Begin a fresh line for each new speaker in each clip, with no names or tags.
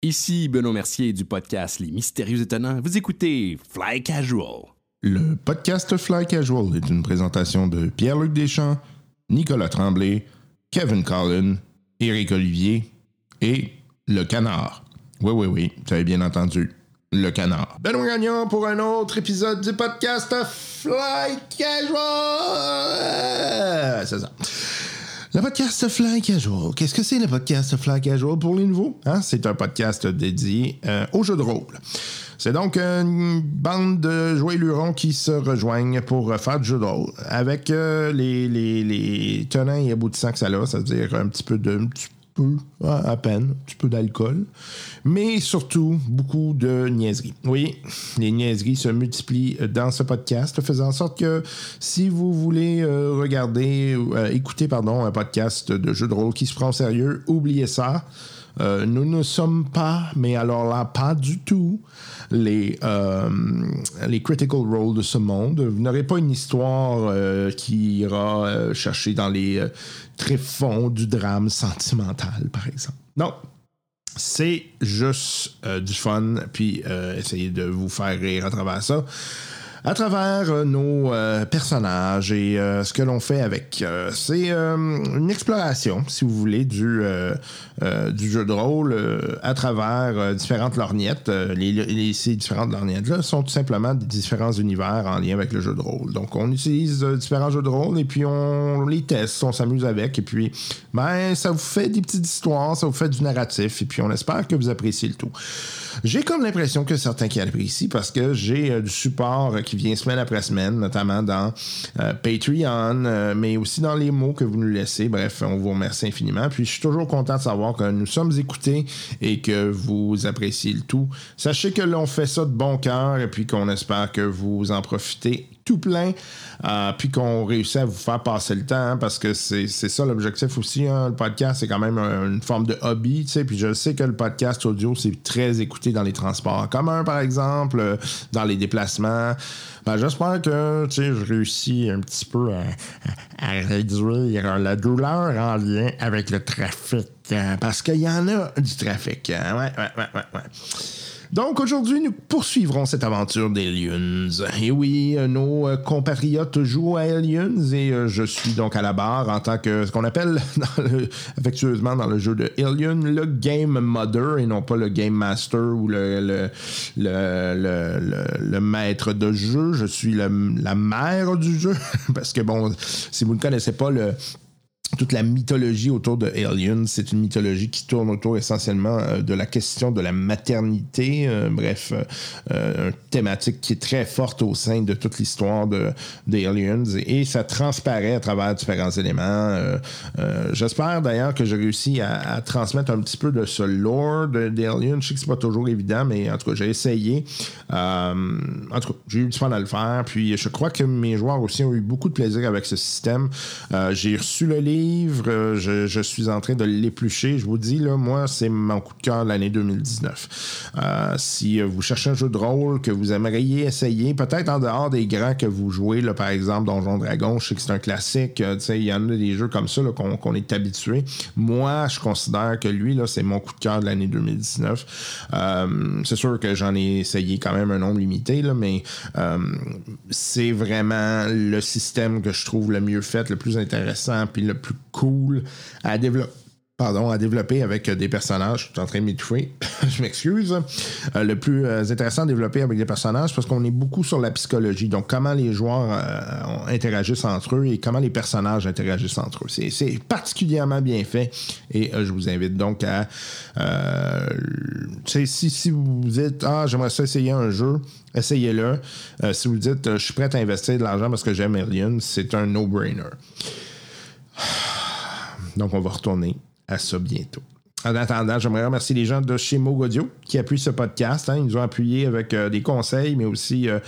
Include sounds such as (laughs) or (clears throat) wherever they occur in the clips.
Ici Benoît Mercier du podcast Les Mystérieux Étonnants. Vous écoutez Fly Casual.
Le podcast Fly Casual est une présentation de Pierre-Luc Deschamps, Nicolas Tremblay, Kevin Collin, Éric Olivier et Le Canard. Oui, oui, oui, vous avez bien entendu. Le Canard. Benoît Gagnon pour un autre épisode du podcast Fly Casual. C'est ça. Le podcast Fly Casual. Qu'est-ce que c'est le podcast Fly Casual pour les nouveaux? Hein? C'est un podcast dédié euh, aux jeux de rôle. C'est donc une bande de jouets lurons qui se rejoignent pour euh, faire du jeu de rôle. Avec euh, les, les, les tenants et aboutissants que ça a, c'est-à-dire un petit peu de... un petit peu, à peine, un petit peu d'alcool, mais surtout beaucoup de niaiseries. Oui, les niaiseries se multiplient euh, dans ce podcast, faisant en sorte que si vous voulez euh, regarder, euh, écouter, pardon, un podcast de jeu de rôle qui se prend au sérieux, oubliez ça. Euh, nous ne sommes pas, mais alors là, pas du tout, les, euh, les critical roles de ce monde. Vous n'aurez pas une histoire euh, qui ira euh, chercher dans les euh, tréfonds du drame sentimental, par exemple. Non. C'est juste euh, du fun, puis euh, essayer de vous faire rire à travers ça à travers euh, nos euh, personnages et euh, ce que l'on fait avec. Euh, c'est euh, une exploration, si vous voulez, du, euh, euh, du jeu de rôle euh, à travers euh, différentes lorgnettes. Euh, les, les- ces différentes lorgnettes-là sont tout simplement des différents univers en lien avec le jeu de rôle. Donc, on utilise euh, différents jeux de rôle et puis on les teste, on s'amuse avec et puis, ben, ça vous fait des petites histoires, ça vous fait du narratif et puis on espère que vous appréciez le tout. J'ai comme l'impression que certains qui apprécient parce que j'ai euh, du support euh, qui vient semaine après semaine, notamment dans euh, Patreon, euh, mais aussi dans les mots que vous nous laissez. Bref, on vous remercie infiniment. Puis je suis toujours content de savoir que nous sommes écoutés et que vous appréciez le tout. Sachez que l'on fait ça de bon cœur et puis qu'on espère que vous en profitez tout plein, euh, puis qu'on réussit à vous faire passer le temps, hein, parce que c'est c'est ça l'objectif aussi. hein. le podcast, c'est quand même un- une forme de hobby, tu sais, puis je sais que le podcast audio, c'est très écouté dans les transports en commun, par exemple, euh, dans les déplacements. Ben, J'espère que, tu sais, je réussis un petit peu à, à réduire la douleur en lien avec le trafic, hein, parce qu'il y en a du trafic. hein. ouais, ouais, ouais, ouais, ouais. Donc aujourd'hui, nous poursuivrons cette aventure des Lions. Et oui, euh, nos euh, compatriotes jouent à Aliens et euh, je suis donc à la barre en tant que ce qu'on appelle (laughs) dans le- affectueusement dans le jeu de Alien le Game Mother et non pas le Game Master ou le, le, le, le- le- le maître de jeu. Je suis le- la mère du jeu (laughs) parce que bon, si vous ne connaissez pas le, toute la mythologie autour de Alien, c'est une mythologie qui tourne autour essentiellement euh, de la question de la maternité. euh, bref, euh, euh, une thématique qui est très forte au sein de toute l'histoire de, des Aliens et ça transparaît à travers différents éléments. Euh, euh, J'espère d'ailleurs que j'ai réussi à, à transmettre un petit peu de ce lore de- des Aliens. Je sais que c'est pas toujours évident, mais en tout cas, j'ai essayé. Euh, en tout cas, j'ai eu du fun à le faire. Puis je crois que mes joueurs aussi ont eu beaucoup de plaisir avec ce système. Euh, j'ai reçu le livre, euh, je, je suis en train de l'éplucher. Je vous dis, là, moi, c'est mon coup de cœur de l'année 2019. Euh, si euh, vous cherchez un jeu de rôle que vous aimeriez essayer, peut-être en dehors des grands que vous jouez, là, par exemple, Donjon Dragon, je sais que c'est un classique. euh, tu sais, Il y en a des jeux comme ça là, qu'on qu'on est habitué. Moi, je considère que lui, là, c'est mon coup de cœur de l'année 2019. Euh, c'est sûr que j'en ai essayé quand même un nombre limité, là, mais euh, c'est vraiment le système que je trouve le mieux fait, le plus intéressant, puis le plus cool à développer. Pardon, à développer avec euh, des personnages. Je suis en train de m'étouffer. (laughs) je m'excuse. Euh, le plus euh, intéressant à développer avec des personnages parce qu'on est beaucoup sur la psychologie. Donc, comment les joueurs euh, interagissent entre eux et comment les personnages interagissent entre eux. C'est- C'est particulièrement bien fait et euh, je vous invite donc à. euh, tu sais, si, si vous vous dites Ah, j'aimerais ça essayer un jeu, essayez-le. Euh, si vous dites euh, Je suis prêt à investir de l'argent parce que j'aime Alien, c'est un no-brainer. Donc, on va retourner à ça bientôt. En attendant, j'aimerais remercier les gens de chez Mogodio qui appuient ce podcast. hein. Ils nous ont appuyé avec euh, des conseils, mais aussi euh,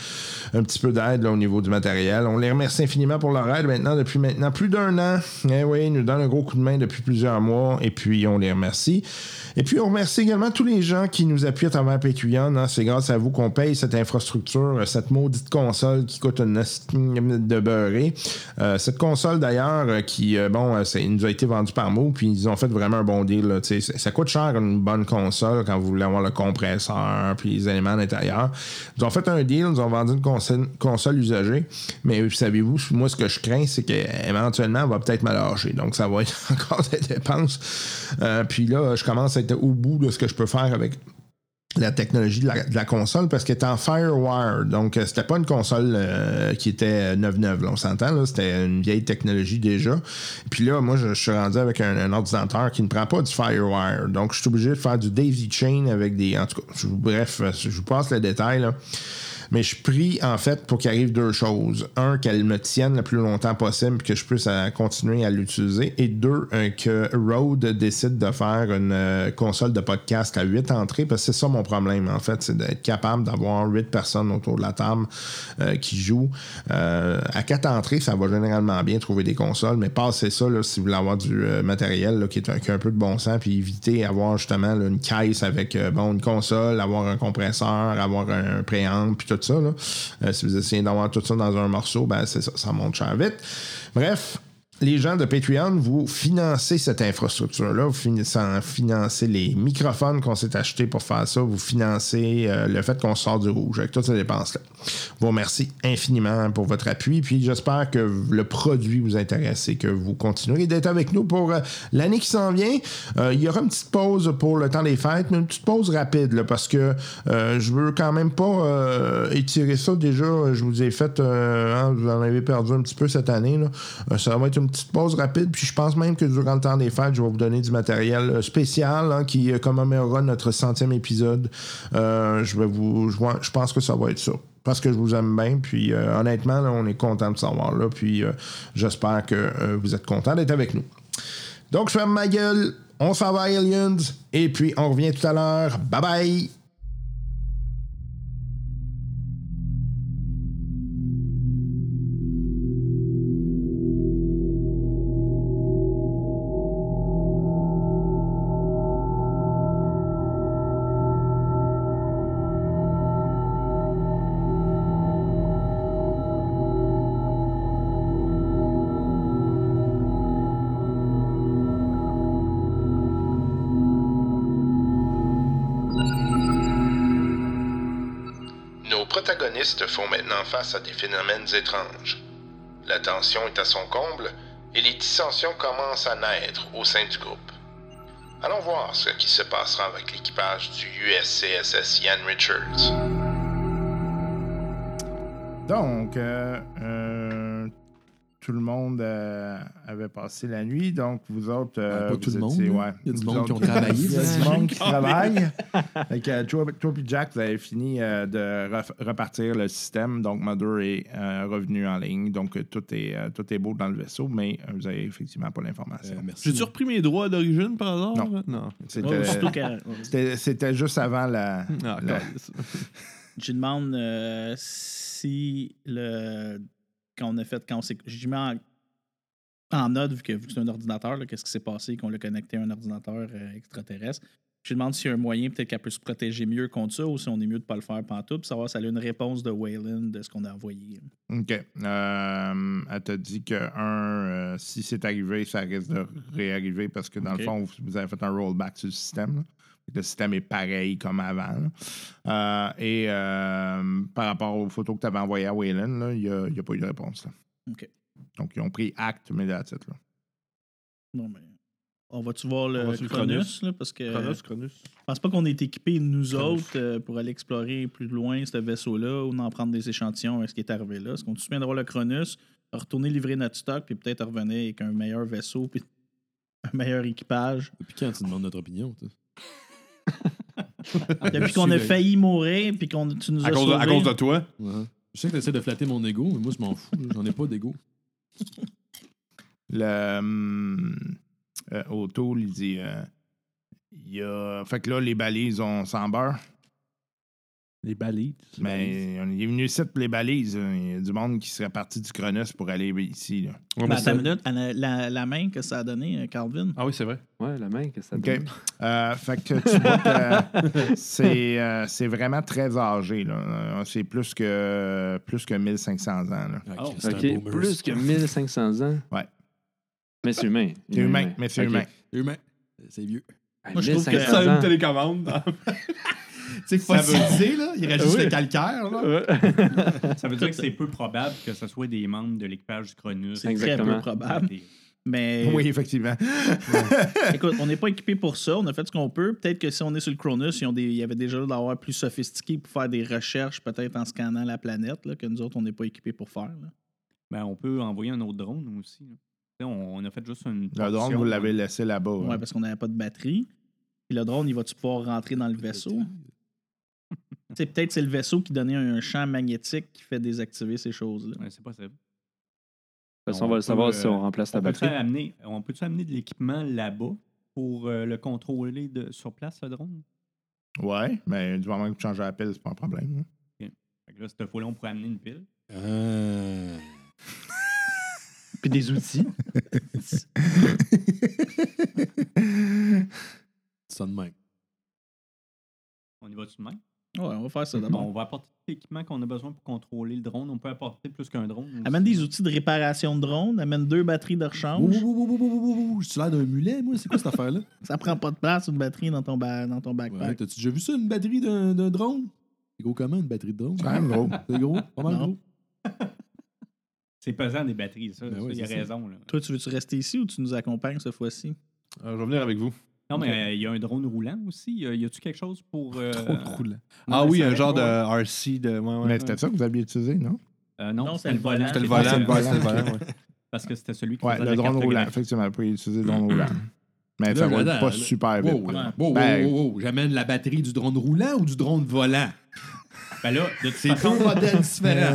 un petit peu d'aide là, au niveau du matériel. On les remercie infiniment pour leur aide maintenant depuis maintenant plus d'un an. Eh oui, ils nous donnent un gros coup de main depuis plusieurs mois et puis on les remercie. Et puis on remercie également tous les gens qui nous appuient à travers Patreon. hein. C'est grâce à vous qu'on paye cette infrastructure, euh, cette maudite console qui coûte une estime de beurré. Euh, cette console d'ailleurs euh, qui, euh, bon, euh, c'est- nous a été vendue par Mo, puis ils ont fait vraiment un bon deal. là. Tu sais, ça ça coûte cher une bonne console quand vous voulez avoir le compresseur puis les éléments à l'intérieur. Ils ont fait un deal, ils ont vendu une console, console usagée, mais savez-vous, moi ce que je crains, c'est qu'éventuellement, elle va peut-être me lâcher. Donc ça va être (laughs) encore des dépenses. Euh, puis là, je commence à être au bout de ce que je peux faire avec la technologie de la, de la console parce qu'elle est en FireWire. Donc, euh, c'était pas une console euh, qui était 9.9, là, on s'entend. là, C'était une vieille technologie déjà. Puis là, moi, je, je suis rendu avec un, un ordinateur qui ne prend pas du FireWire. Donc, je suis obligé de faire du Daisy Chain avec des... En tout cas, je vous- bref, euh, je vous passe le détail. là. Mais je prie, en fait, pour qu'il arrive deux choses. Un, qu'elle me tienne le plus longtemps possible puis que je puisse euh, continuer à l'utiliser. Et deux, euh, que Rode décide de faire une euh, console de podcast à huit entrées parce que c'est ça mon problème, en fait. C'est d'être capable d'avoir huit personnes autour de la table euh, qui jouent. Euh, à quatre entrées, ça va généralement bien trouver des consoles, mais passez ça là, si vous voulez avoir du euh, matériel là, qui, est un, qui a un peu de bon sens, puis éviter d'avoir justement là, une caisse avec euh, bon, une console, avoir un compresseur, avoir un, préamble, puis tout ça. là. Euh, si vous essayez d'avoir tout ça dans un morceau, ben c'est ça, ça monte cher vite. Bref. Les gens de Patreon, vous financez cette infrastructure-là, vous finissez en- financez les microphones qu'on s'est achetés pour faire ça, vous financez euh, le fait qu'on sort du rouge avec toutes ces dépenses-là. Je vous remercie infiniment pour votre appui, puis j'espère que le produit vous intéresse et que vous continuerez d'être avec nous pour euh, l'année qui s'en vient. Euh, il y aura une petite pause pour le temps des fêtes, mais une petite pause rapide, là, parce que euh, je veux quand même pas euh, étirer ça déjà. euh, Je vous ai fait, euh, hein, vous en avez perdu un petit peu cette année. là. Euh, ça va être une petite pause rapide, puis je pense même que durant le temps des fêtes, je vais vous donner du matériel euh, spécial hein, qui euh, commémorera notre centième épisode. Euh, je vais vous, je vois- je pense que ça va être ça parce que je vous aime bien. Puis euh, honnêtement, là, on est content de savoir là. Puis euh, j'espère que euh, vous êtes content d'être avec nous. Donc je ferme ma gueule. On s'en va à Aliens. Et puis on revient tout à l'heure. Bye bye. Nos protagonistes font maintenant face à des phénomènes étranges. La tension est à son comble et les dissensions commencent à naître au sein du groupe. Allons voir ce qui se passera avec l'équipage du USCSS Ian Richards. Donc, euh, euh, tout le monde euh, avait passé la nuit, donc vous autres. euh,
Ah, pas
vous
tout le
étiez-
monde,
ouais.
il y a du
Vous
monde qui
autres-
ont travaillé, hein?
Il y a
ça,
(laughs) du monde qui travaille. Fait que, euh, toi, toi puis Jack, vous avez fini euh, de ref- repartir le système, donc Mother est euh, revenu en ligne, donc euh, tout est, euh, tout est beau dans le vaisseau, mais euh, vous avez effectivement pas l'information.
Euh, merci.
J'ai-tu repris mes droits d'origine par hasard?
Non. C'était-
(laughs)
Ouais, surtout quand-
C'était c'était juste avant la.
Ah,
la-
calisse.
Je demande euh, si le. Quand on a fait. Quand on s'est- je mets en, en note, vu que, vu que c'est un ordinateur, là, qu'est-ce qui s'est passé, qu'on l'a connecté à un ordinateur euh, extraterrestre. Je lui demande s'il y a un moyen, peut-être qu'elle peut se protéger mieux contre ça, ou si on est mieux de pas le faire pantoute, puis savoir si elle a une réponse de Wayland de ce qu'on a envoyé.
OK. Euh, elle t'a dit que, un, euh, si c'est arrivé, ça risque de réarriver parce que, dans
OK.
le fond, vous, vous avez fait un rollback sur le système. là. Fait que Le système est pareil comme avant. là. Euh, et euh, par rapport aux photos que tu avais envoyées à Wayland, là, il n'y a, il y a pas eu de réponse. là.
OK.
Donc, ils ont pris acte, mais that's it, là.
Non, mais. On va-tu voir
On va
le
sur le
Cronus,
Cronus.
là, parce que.
Cronus, Cronus.
Je pense pas qu'on est équipés, nous
Cronus.
autres, euh, pour aller explorer plus loin ce vaisseau-là ou en prendre des échantillons avec ce qui est arrivé là. Est-ce qu'on soutiendra le Cronus, retourner livrer notre stock, puis peut-être revenir avec un meilleur vaisseau, puis (laughs) un meilleur équipage?
(laughs)
Depuis quand tu demandes notre opinion? toi?
Depuis qu'on a failli mourir, puis qu'on tu nous
À
as
cause, de, à
sauvés.
cause de toi?
Ouais. Je sais que tu essaies de flatter mon ego, mais moi, je m'en fous. là. J'en ai pas d'ego.
Le. hum, euh, O'Toole, il dit. euh, il y a... Fait que là, les balises, on s'en beurre.
Les balises.
Ben,
Mais Ben, on est venu ici pour les balises. hein. Il y a du monde qui serait parti du Cronus pour aller ici. là.
Ouais, mais
Ben, attends
ça-
une minute, Anna- la, la main que ça a donné, euh, Calvin.
Ah oui, c'est vrai.
Ouais, la main que ça
OK.
donne.
Euh, fait que tu vois que euh, c'est, euh, c'est vraiment très âgé. Là. Euh, C'est plus que, plus que 1500 ans. Là.
Ah,
Oh,
Christ, c'est un
OK,
boomer.
plus que 1500 ans.
Ouais.
Mais c'est humain.
C'est humain, mais c'est
OK.
humain.
Humain. C'est vieux.
Moi, je trouve que
Ça a une
1500.
télécommande. (laughs)
Tu sais, fossilisé, là, il reste juste
Oui.
le calcaire. Là.
(laughs)
Ça veut dire que c'est peu probable que ce soit des membres de l'équipage du Cronus.
C'est très peu
Exactement.
probable. Mais
Oui, effectivement.
écoute, on n'est pas équipé pour ça. On a fait ce qu'on peut. Peut-être que si on est sur le Cronus, ils ont des- il y avait déjà l'air d'avoir plus sophistiqué pour faire des recherches, peut-être en scannant la planète, là, que nous autres, on n'est pas équipés pour faire. là.
Ben, on peut envoyer un autre drone nous aussi. là. Tu sais, On, on a fait juste une.
Le drone,
portion.
vous l'avez laissé là-bas.
Ouais,
hein.
parce qu'on n'avait pas de batterie. Puis le drone, il va-tu pouvoir rentrer dans le vaisseau? Tu sais, peut-être c'est le vaisseau qui donnait un champ magnétique qui fait désactiver ces choses-là.
hein. Ouais, c'est possible.
De toute façon, on va le savoir
On peut,
si
euh,
on remplace la
On peut-tu
batterie.
amener, on peut amener de l'équipement là-bas pour euh, le contrôler de, sur place, le drone?
Ouais, mais du moment que tu changes la pile, c'est pas un problème. hein.
Fait que là, cette fois-là, on pourrait amener une pile.
Euh,
Puis des outils.
ça de même.
On y va tout de même.
(laughs) Ouais, on va faire ça
Bon,
d'abord.
on va apporter tout l'équipement qu'on a besoin pour contrôler le drone. On peut apporter plus qu'un drone. aussi.
Amène des outils de réparation de drone, amène deux batteries de
Ouh, ouh,
rechange.
ouh, ouh, ouh, ouh, ouh, J'ai-tu l'air d'un mulet, moi? C'est quoi cette affaire-là?
Ça prend pas de place une batterie dans ton, ba- dans ton
Ouais,
backpack.
T'as-tu déjà vu ça, une batterie d'un d'un drone? C'est gros comment, une batterie de drone?
Quand même gros.
(laughs) C'est gros? Pas mal
Non.
gros?
C'est pesant des batteries, ça.
Ben
ça,
oui,
il a
c'est ça.
raison. là.
Toi, tu veux-tu rester ici ou tu nous accompagnes cette fois-ci?
Euh, je vais venir avec vous.
Non, mais euh, il y a un drone roulant aussi. Euh, Y a-tu quelque chose pour. euh,
roulant.
non,
Ah
mais
oui,
ça
un
va,
genre de
ouais.
RC de. ouais, ouais.
Mais c'était ça que vous aviez utilisé, non?
Euh, non,
Non,
c'était le volant.
C'était le
Parce
volant.
que-
c'est le
ouais, c'était le
volant,
volant, ouais.
Parce que c'était celui qui
Ouais,
faisait
le
la
drôle roulant.
cartographie.
Effectivement, vous pouvez utiliser le drone roulant. Mais
Là,
ça roule
j'adore,
pas
là.
super vite.
Wow,
par exemple.
wow, wow,
Ben-
wow, wow. J'amène la batterie du drone roulant ou du drone volant?
Ben là, de toute
C'est deux
façon,
modèles différents.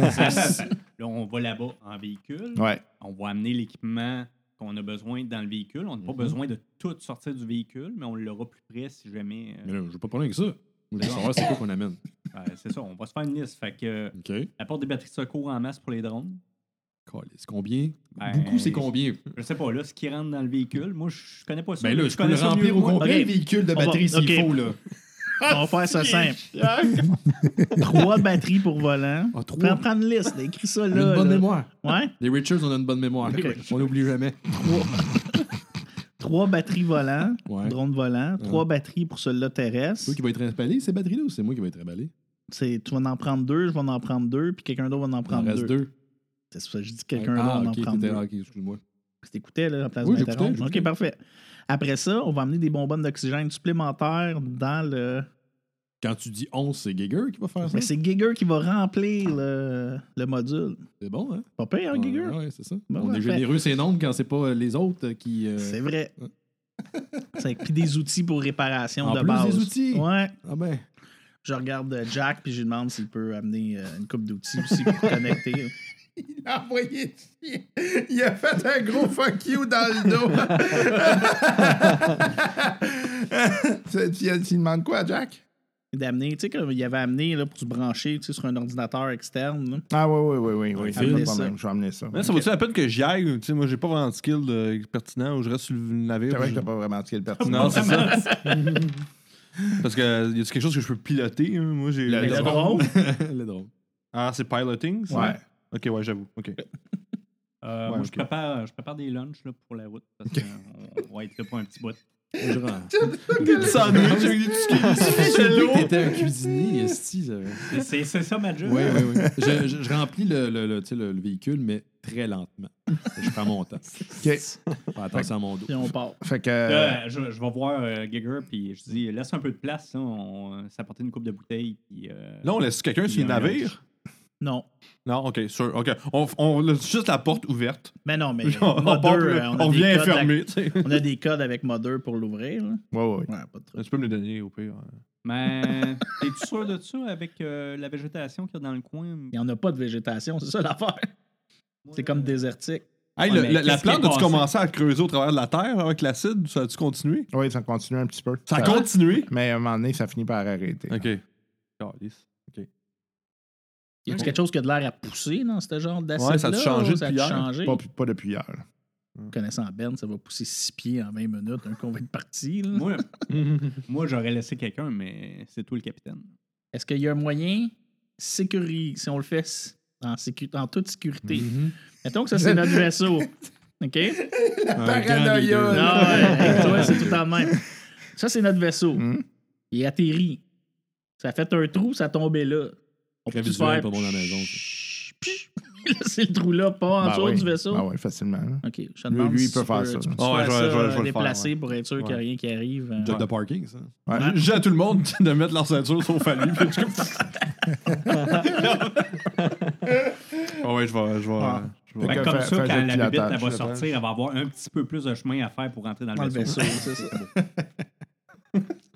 là, on va là-bas en véhicule.
Ouais.
On va amener l'équipement qu'on a besoin dans le véhicule. On n'a pas
Mhm.
besoin de tout sortir du véhicule, mais on l'aura plus près si jamais. euh,
(laughs) Mais là, j'ai pas de problème avec ça. Moi, je veux savoir c'est quoi qu'on amène.
(laughs) ouais, c'est ça, on va se faire une liste. Fait que euh,
OK.
apporte des batteries de secours en masse pour les drones.
Calais, C'est combien?
Ben,
Beaucoup, c'est combien?
Je sais pas, là, ce qui rentre dans le véhicule, moi, je connais pas ça.
Ben là,
Tu
je peux
connais
le
ça mieux
remplir
que
au
moi.
complet,
Ok.
le véhicule de
On va-
batterie, s'il
ok.
faut, là.
on va faire ça simple. (laughs) Trois batteries pour volant.
Ah,
Prends,
trois.
prends une liste, écris ça
On a une
là.
bonne
là.
mémoire.
Ouais?
Les Richards, on a une bonne mémoire.
Ok.
On n'oublie (laughs) jamais.
Trois batteries volant,
Ouais.
drone volant, trois batteries pour celui-là terrestre.
C'est toi qui va être emballé, ces batteries-là, ou c'est moi qui vais être emballé?
C'est, tu vas en prendre deux, je vais en prendre deux, puis quelqu'un d'autre va en
Il en
prendre
reste
deux.
deux.
C'est ça, je dis quelqu'un
ah,
d'autre va
ok,
en prendre
t'étais-
deux.
ah, ok, excuse-moi. (laughs)
Parce que t'écoutais, là, en place
Oui,
de m'interrompre.
j'écoutais, j'écoutais.
OK, parfait. Après ça, on va amener des bonbonnes d'oxygène supplémentaires dans le...
Quand tu dis 11, c'est Giger qui va faire ça.
Mais c'est Giger qui va remplir le, le module.
C'est bon, hein?
Pas
Ah,
pire, hein, Giger?
Ouais, ouais, c'est ça.
Ben
Bon,
on est
parfait.
généreux, ces nombres, quand c'est pas euh, les autres euh, qui. euh,
C'est vrai. (laughs) C'est- Puis des outils pour réparation
En
de
plus
base.
des outils?
Ouais.
Ah ben.
Je regarde euh, Jack, puis je lui demande s'il peut amener euh, une coupe d'outils aussi
(laughs)
pour connecter.
(laughs)
euh,
Il a envoyé chier. Il a fait un gros fuck you dans le (laughs) dos. tu, tu- tu demandes quoi, Jack?
D'amener, tu sais, comme il avait amené là, pour se brancher tu sais, sur un ordinateur externe. là.
Ah oui, oui, oui, oui, oui.
Fais
pas de
amener
problème, Je vais amener ça.
Ouais, Ça vaut-tu la peine que j'y aille? Tu sais, moi, j'ai pas vraiment de skill de- pertinent où je reste sur le navire.
C'est vrai
puis
que
je-
t'as pas vraiment tiré le pertinent.
Non, c'est ça. (laughs) Parce que y a quelque chose que je peux piloter? hein? Moi, j'ai.
Mais le drone,
(laughs) le drone.
Ah, c'est piloting? ça?
Ouais.
Ok, ouais, j'avoue.
(laughs)
Ok.
Euh,
Ouais,
moi, je,
ok.
prépare, je prépare des lunchs là, pour la route parce qu'on va être là pour un petit bout.
Je rends-
Sandwich avec du
(laughs)
T'étais un cuisinier, esti. ça.
C'est- C'est c'est ça, ma job.
Oui, oui, oui. Je, je- je remplis le, le- le- tu sais, le- le véhicule, mais très lentement. Je prends mon (laughs) temps.
OK.
Fais attention à mon dos.
puis on part.
Fait que.
Là, je, je vais voir euh, Giger, puis je dis laisse un peu de place, là, on euh, s'apporter une coupe de bouteille. Puis, euh,
Là, on laisse quelqu'un sur le
Il y a un
navire?
Non.
Non, ok, sûr. Ok. On, on laisse juste la porte ouverte.
Mais non, mais
(laughs) on
Mother,
part,
euh,
on,
on, a des
vient
codes d'ac-
fermer. tu sais.
on a des codes avec Mother pour l'ouvrir. là.
Ouais, ouais, ouais.
Ouais, pas de trouble.
Tu peux me le donner au pire.
Mais es-tu sûr de ça avec euh, la végétation qu'il y a dans le coin?
Il n'y en a pas de végétation, c'est ça l'affaire. C'est comme désertique.
Hey,
Ouais,
le-
mais
la, la
qu'est-ce qui
plante,
est
as-tu
passé?
commencé à creuser au travers de la terre hein, avec l'acide? Ça a-tu continué?
Oui, ça continue un petit peu.
Ça a continué?
Mais à un moment donné, ça finit par arrêter.
Ok. Calice.
Y a quelque chose qui a de l'air à pousser dans ce genre d'acide
Ouais, ça a changé
Ça a
depuis hier?
changé.
Pas, pas depuis hier. là.
Connaissant Ben, ça va pousser six pieds en 20 minutes, un qu'on va être parti. là.
(laughs)
Moi, moi j'aurais laissé quelqu'un, mais c'est tout le capitaine.
Est-ce qu'il y a un moyen sécuri- si on le fait s- en, sécu- en toute sécurité?
Mhm.
Mettons que ça, c'est notre vaisseau. OK?
Un grand
paranoïa,
leader.
(laughs)
Non, ouais, avec toi, c'est tout en même. Ça, c'est notre vaisseau.
Mhm.
Hmm.
Il atterrit. Ça a fait un trou, ça tombait là. On
Très
peut-tu
visuel
faire
pour mon à la maison, ça.
psh, psh, pis (laughs) là, c'est le trou là, pas en
Ben
dessous
oui.
du vaisseau.
Ah oui, facilement. là.
Ok, je te
Lui-
demande
lui, il
si
peut
tu
faire ça,
tu
là.
peux
Ah Ouais,
faire
je vais- je vais-
ça,
je vais le faire,
déplacer pour être sûr qu'il n'y a rien qui arrive. euh,
Job de parking, ça.
Ouais.
J'ai à tout le monde de mettre leur ceinture sauf à lui. Puis je suis comme. Ah ouais, je vais. Je vais,
Ah.
je vais-
Fait que
comme
fais-
ça,
fais un
quand
jeu de
la bébête
pilotage,
elle
je
va
sais
sortir, elle va avoir un petit peu plus de chemin à faire pour rentrer dans le
Dans le
vaisseau.
vaisseau, c'est ça.
(laughs)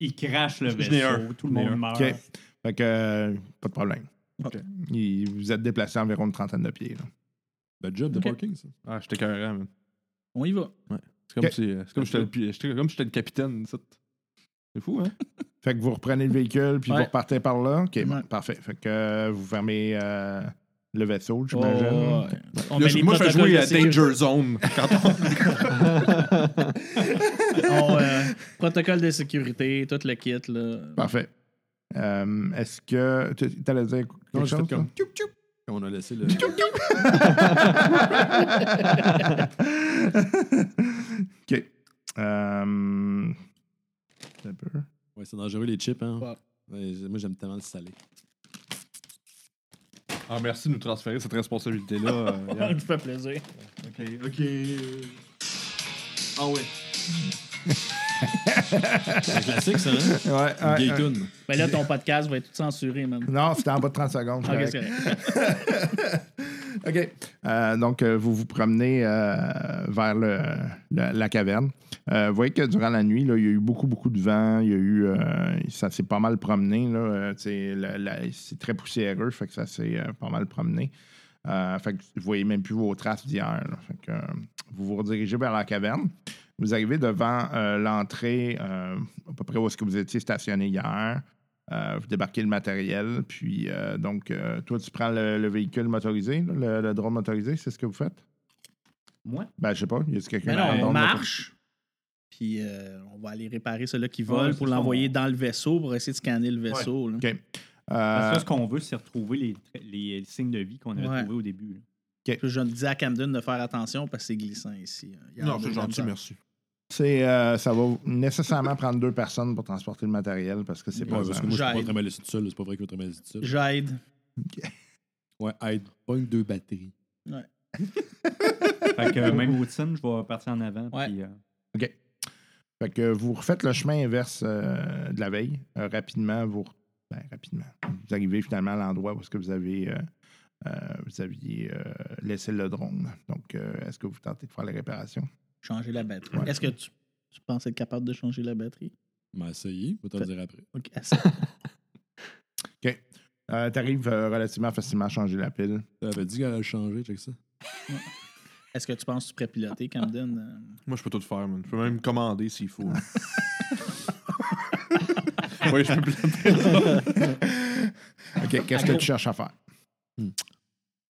Il crache le
Je n'ai
vaisseau, tout le
Je n'ai
monde
un.
meurt.
OK. Fait que, euh, pas de problème.
Ok.
Il- vous êtes déplacé environ une trentaine de pieds. là.
Le job de
Ok.
parking, ça.
Ah, j'étais carrément, man.
On y va.
C'est comme
Ok.
si euh, c'est comme si j'étais le pi- j'étais comme si j'étais le capitaine. ça. C'est fou, hein?
Fait que vous reprenez le véhicule, puis
Ouais.
vous repartez par là. OK, bon,
Ouais.
parfait. Fait que euh, vous fermez euh, le vaisseau, j'imagine.
Oh, on
Là,
met
je-
les
moi, je vais
protocoles
jouer
de
à
sécurité.
Danger Zone. Quand on...
On, euh, (laughs) protocole de sécurité, tout le kit. Là.
Parfait. Euh, Est-ce que... tu- T'allais dire quelque
Non, j'ai
chose?
fait comme
là?
tchoup, tchoup. On a laissé le.
(laughs) OK. Euh, un peu.
Ouais, c'est dangereux, les chips, hein.
Ouais.
Ouais, j'ai- moi, j'aime tellement le salé.
Ah, merci de nous transférer cette responsabilité-là. (laughs) euh,
(laughs) Ça
Yann.
me fait plaisir.
ok, ok. Ah ouais.
C'est un classique, ça, hein?
Ouais, ouais,
Gay
ouais.
tune.
Mais là, ton podcast va être tout censuré, man.
Non, c'était en bas de 30 secondes.
Ok,
correct.
c'est correct.
OK. Euh, donc, euh, vous vous promenez euh, vers le- le- la caverne. Euh, vous voyez que durant la nuit, là, il y a eu beaucoup, beaucoup de vent. Il y a eu. euh, ça s'est pas mal promené. là. Euh, tu sais, la- la- C'est très poussiéreux, fait que ça s'est euh, pas mal promené. Euh, fait que vous voyez même plus vos traces d'hier. là. Fait que, euh, vous vous redirigez vers la caverne. Vous arrivez devant euh, l'entrée, euh, à peu près où est-ce que vous étiez stationné hier. Euh, vous débarquez le matériel, puis euh, donc, euh, toi, tu prends le, le véhicule motorisé, là, le, le drone motorisé, c'est ce que vous faites?
Moi?
Ben, je sais pas, y a quelqu'un
Mais
dans le
non, on
drone
marche. Puis euh, on va aller réparer ceux-là qui volent
Ouais, c'est
pour
ça,
l'envoyer
on-
dans le vaisseau pour essayer de scanner le vaisseau. là.
motorisé?
Parce
Euh,
que là, ce qu'on veut, c'est retrouver les, tra- les, les signes de vie qu'on avait
Ouais.
trouvés au
(laughs)
début. là.
Puis je disais à Camden de faire attention parce que c'est glissant ici. hein. Il y a
Non,
un
c'est
peu de
gentil,
misère.
merci.
c'est, euh, ça va nécessairement prendre deux personnes pour transporter le matériel parce que c'est
Ouais,
pas
Ouais, parce que moi, je suis pas
J'aide.
très mal laissé tout seul. là. C'est pas vrai que je suis très mal laissé tout seul.
J'aide.
Ouais, aide. Pas une deux batteries.
Fait que euh, même routine, je vais partir en avant.
Ouais.
puis, euh,
Fait que vous refaites le chemin inverse euh, de la veille. Euh, rapidement, vous, re- ben, rapidement, vous arrivez finalement à l'endroit où est-ce que vous avez euh, euh, vous aviez euh, laissé le drone. Donc, euh, est-ce que vous tentez de faire les réparations?
Changer la batterie.
Ouais.
Est-ce que tu, tu penses être capable de changer la batterie?
On va essayer. On va te le dire après.
Ok, assez.
Euh, tu arrives relativement facilement à changer la pile.
T'avais dit qu'elle allait le changer, check ça.
Est-ce que tu penses que tu pourrais piloter, Camden? Euh,
Moi, je peux tout faire, man. Je peux même commander
(laughs)
s'il faut. (laughs) oui, je peux
OK, qu'est-ce que Ah. tu cherches à faire?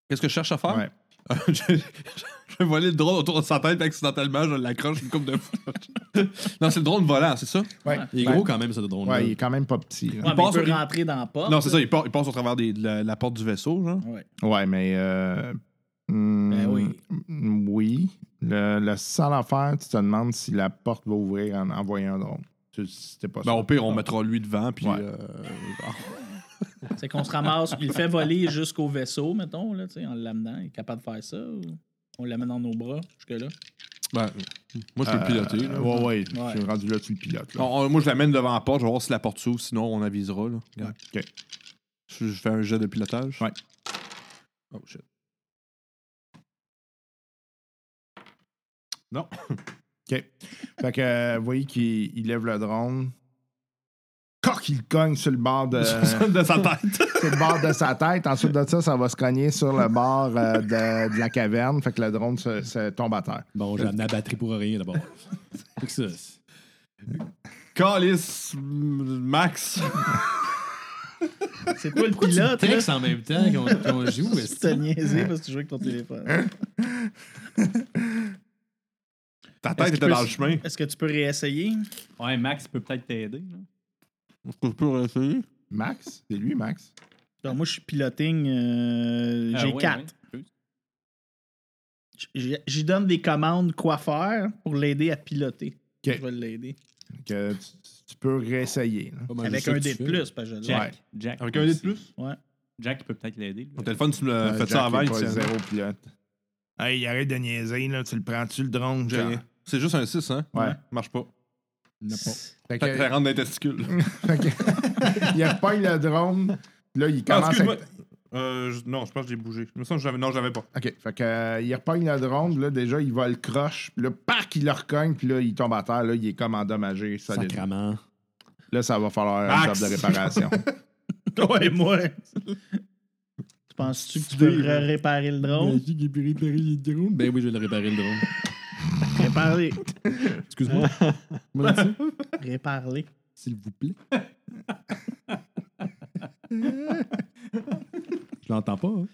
Qu'est-ce que je cherche à faire?
Ouais.
(laughs) je, je vais voler le drone autour de sa tête, puis accidentellement, je l'accroche une coupe de fois. (laughs) non, c'est le drone volant, c'est ça?
Ouais.
Il est
Ouais.
gros quand même, ce drone.
Ouais, il est quand même pas petit. là.
ouais, mais
passe
il peut
au-
rentrer dans la porte.
Non, c'est ça, il passe, il passe au travers des- de la, la porte du vaisseau, genre.
Ouais.
Ouais, mais. euh, hmm,
Ben oui.
mm, Oui. Le, le seul affaire, tu te demandes si la porte va ouvrir en envoyant un drone. Tu- C'était pas
Ben,
sûr.
au pire, on mettra lui devant, puis.
Ah. Ouais.
euh,
C'est qu'on se ramasse, il le fait voler jusqu'au vaisseau, mettons, là, tu sais, en l'amenant. Il est capable de faire ça ou on l'amène dans nos bras jusque-là?
ben, moi, je peux le piloter.
Euh,
là.
ouais, ouais.
Ouais.
Tu es rendu là, tu le pilotes. là.
On- on- moi, je l'amène devant la porte, je vais voir si la porte s'ouvre, sinon on avisera. Là. Regarde.
Ouais. Ok.
Je, je fais un jet de pilotage. (laughs)
Ouais.
Oh shit. Non.
Fait que, euh, vous voyez qu'il il lève le drone. Cork, il cogne sur le bord
(laughs)
de, sur
de sa tête.
le bord de sa tête. Ensuite de ça, ça va se cogner sur le bord euh, de, de la caverne. Fait que le drone se, se tombe à terre.
Bon, j'ai amené la batterie pour rien d'abord. (laughs) Check ça.
Calis Max.
C'est toi le pilote, là?
en même temps qu'on qu'on joue.
(laughs)
Hein?
Tu t'as niaisé parce que tu joues avec ton téléphone.
Ta
Est-ce
tête
qu'il
était
peut
dans le
se-
chemin.
Est-ce que tu peux réessayer?
Ouais, Max peut peut-être t'aider. là.
Je peux essayer.
Max, c'est lui, Max.
Alors, moi, je suis piloting. euh,
Ah,
J'ai
ouais,
4.
ouais.
J'y j'y donne des commandes quoi faire pour l'aider à piloter.
Ok.
Je vais l'aider.
Que tu, tu peux réessayer. là.
Pas mal,
Avec
je sais
un
que tu
dé de
fais.
plus, parce que je l'ai.
Ouais.
Jack. Jack.
Avec un dé de
aussi.
plus?
Ouais.
Jack il peut peut-être l'aider.
Mon téléphone, tu me
Euh,
l'as fait
Jack
ça avant.
est
il
pas
tient.
zéro pilote. Hey, arrête de niaiser, là. Tu le prends-tu, le drone? genre?
J'ai- C'est juste un 6, hein?
Ouais.
Marche pas.
Non, pas.
Fait que-
Ça ça rentre dans les testicules.
fait que- (laughs) il repeint le drone. puis Là, il
Ah,
commence à...
excuse-moi. Euh, je- non, je pense que j'ai bougé. Je me sens que j'avais. Non, j'avais pas.
OK. Fait que, euh, il repogne le drone, là, déjà, il va le croche, puis là, pac, il le recogne, puis là, il tombe à terre, là, il est comme endommagé. Ça,
Sacrement.
là, ça va falloir un
Max!
job de (laughs) réparation.
Ouais, moi. (laughs) tu penses-tu que tu devrais réparer le drone?
Vas-y, j'ai pu réparer le drone. Ben oui, je vais le réparer le drone.
Réparer.
Excuse-moi. (laughs) Comment on dit ça?
Réparer.
S'il vous (laughs) plaît. Je l'entends pas. Hein.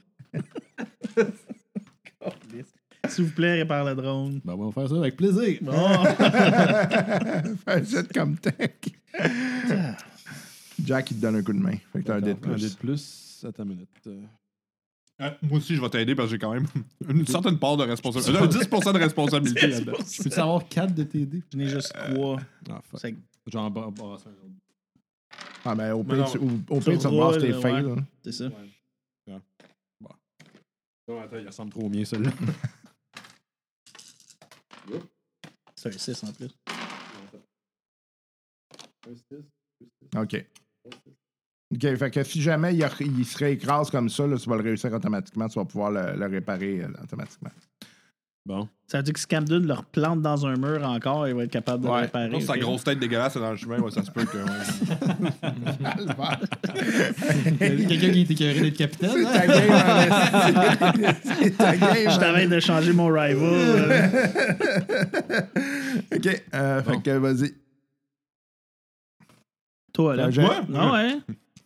S'il vous plaît, répare le drone.
Ben, on va faire ça avec plaisir.
Bon.
Fais ça comme tech. Jack, il te donne un coup de main. Fait que t'as un dé de
Un dé de
plus.
plus. Attends une minute. Euh,
Euh, moi aussi, je vais t'aider parce que j'ai quand même (laughs) une certaine part de responsabilité. J'ai 10 de responsabilité là-dedans.
Je peux-tu avoir 4 de tes dés?
J'en ai juste trois.
Ah, fuck.
C'est-
J'en bas, bas, ça, un autre.
Ah, ben, au
Mais
pire,
non.
tu, au- au
Tu
pire, tu rebasses
roules,
tes
ouais.
fins, là.
C'est ça.
Oh, attends, il ressemble trop au mien, celui-là.
C'est un 6 en plus.
OK. OK, fait que si jamais il, re- il se réécrase comme ça, là, tu vas le réussir automatiquement, tu vas pouvoir le, le réparer euh, automatiquement.
Bon.
Ça veut dire que si Camden le replante dans un mur encore, il va être capable de le
Ouais.
réparer.
Non, c'est
ok?
sa grosse tête dégueulasse est dans le chemin, ouais, ça se peut que. ouais.
Ah,
Quelqu'un qui est écœuré d'être capitaine, hein?
Ta game, en esti. C'est ta game, hein,
Je
en
t'avais de changer mon rival. euh.
OK. euh, Fait que vas-y.
Toi, là.
Un jet.
Ouais.
Non, ouais.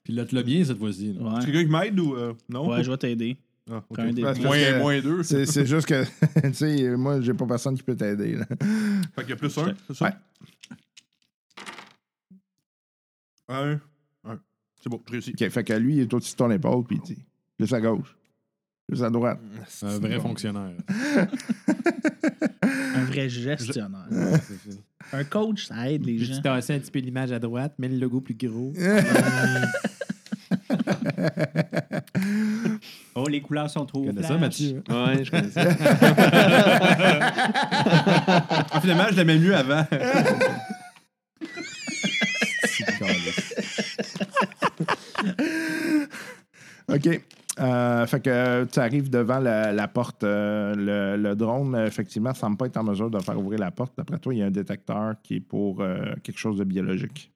Pilote le bien cette fois-ci. là.
C'est
Ouais,
quelqu'un qui m'aide ou. euh, non?
ouais je vais t'aider.
Ah, ok.
Prends un des
Parce
deux.
que-
Moins, moins deux.
C'est
Fait
c'est juste que, (laughs) tu sais, moi, j'ai pas personne qui peut t'aider. là.
qu'il y a plus un, c'est ça?
Ouais.
Un. Un. C'est bon, je réussis.
OK, fait que lui, il est au-dessus de ton épaule, puis tu sais, plus à gauche, plus à droite.
Un vrai fonctionnaire.
Un vrai gestionnaire. Un coach, ça aide les gens.
tasses un petit peu l'image à droite, mets le logo plus
(laughs)
gros.
Oh, les couleurs sont trop.
Connais ça,
flash.
Mathieu?
hein?
Ouais, je connais ça.
Ah, finalement, je l'aimais mieux avant.
OK. Euh, fait que tu arrives devant la, la porte. euh, le, le drone, euh, effectivement, semble pas être en mesure de faire ouvrir la porte. D'après toi, il y a un détecteur qui est pour euh, quelque chose de biologique.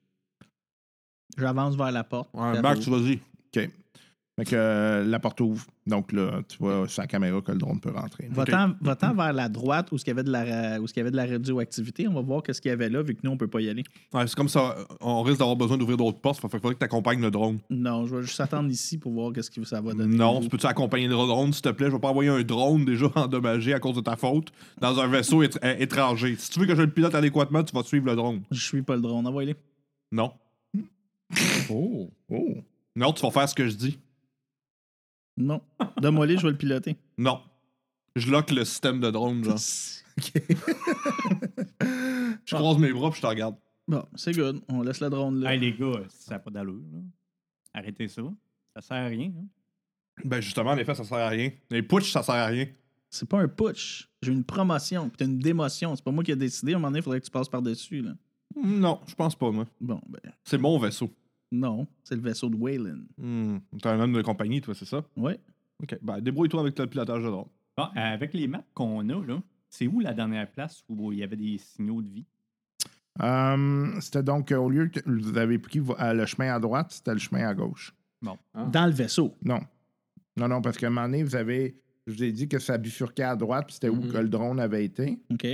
J'avance vers la porte.
Ouais,
Ça
Max,
roule.
vas-y.
OK. Fait que euh, la porte ouvre. Donc là, tu vois sur la caméra que le drone peut rentrer. là.
Va-t'en va-t'en vers la droite où il y avait de la, ra- où ce qu'il y avait de la radioactivité. On va voir qu'est-ce qu'il y avait là, vu que nous, on peut pas y aller.
Ouais, c'est comme ça, on risque d'avoir besoin d'ouvrir d'autres portes. Fait qu'il faudrait que tu accompagnes le drone.
Non, je vais juste attendre ici pour voir qu'est-ce que ça va donner.
Non, peux-tu accompagner le drone, s'il te plaît? Je vais pas envoyer un drone déjà (laughs) endommagé à cause de ta faute dans un vaisseau étr- euh, étranger. Si tu veux que je le pilote adéquatement, tu vas suivre le drone.
Je suis pas le drone. Envoyez-les.
Non.
Oh.
Oh!
Non, tu vas faire ce que je dis.
Non. Donne-moi-les, je vais le piloter.
Non. Je lock le système de drone, (laughs) genre. Je croise mes bras puis je te regarde.
Bon, c'est good. On laisse le drone là.
Hey, les gars, ça n'a pas d'allure. là. Arrêtez ça. Ça sert à rien. hein.
Ben justement, en effet, ça sert à rien. Les putsch, ça sert à rien.
C'est pas un putsch. J'ai une promotion, puis t'as une démotion. C'est pas moi qui ai décidé. À un moment donné, il faudrait que tu passes par-dessus. là.
Non, je pense pas, moi.
Bon, ben,
C'est mon vaisseau.
non. C'est le vaisseau de Wayland.
Hmm. T'es un homme de compagnie, toi, c'est ça?
Ouais.
Ok. Ben débrouille-toi avec le pilotage de drone.
Bon, euh, avec les maps qu'on a, là, c'est où la dernière place où il y avait des signaux de vie?
Euh, c'était donc, euh, au lieu que vous avez pris vo- euh, le chemin à droite, c'était le chemin à gauche.
Bon.
Dans le vaisseau.
Non. Non, non, parce qu'à un moment donné, vous avez. Je vous ai dit que ça bifurquait à droite, puis c'était où
Mhm.
que le drone avait été,
OK.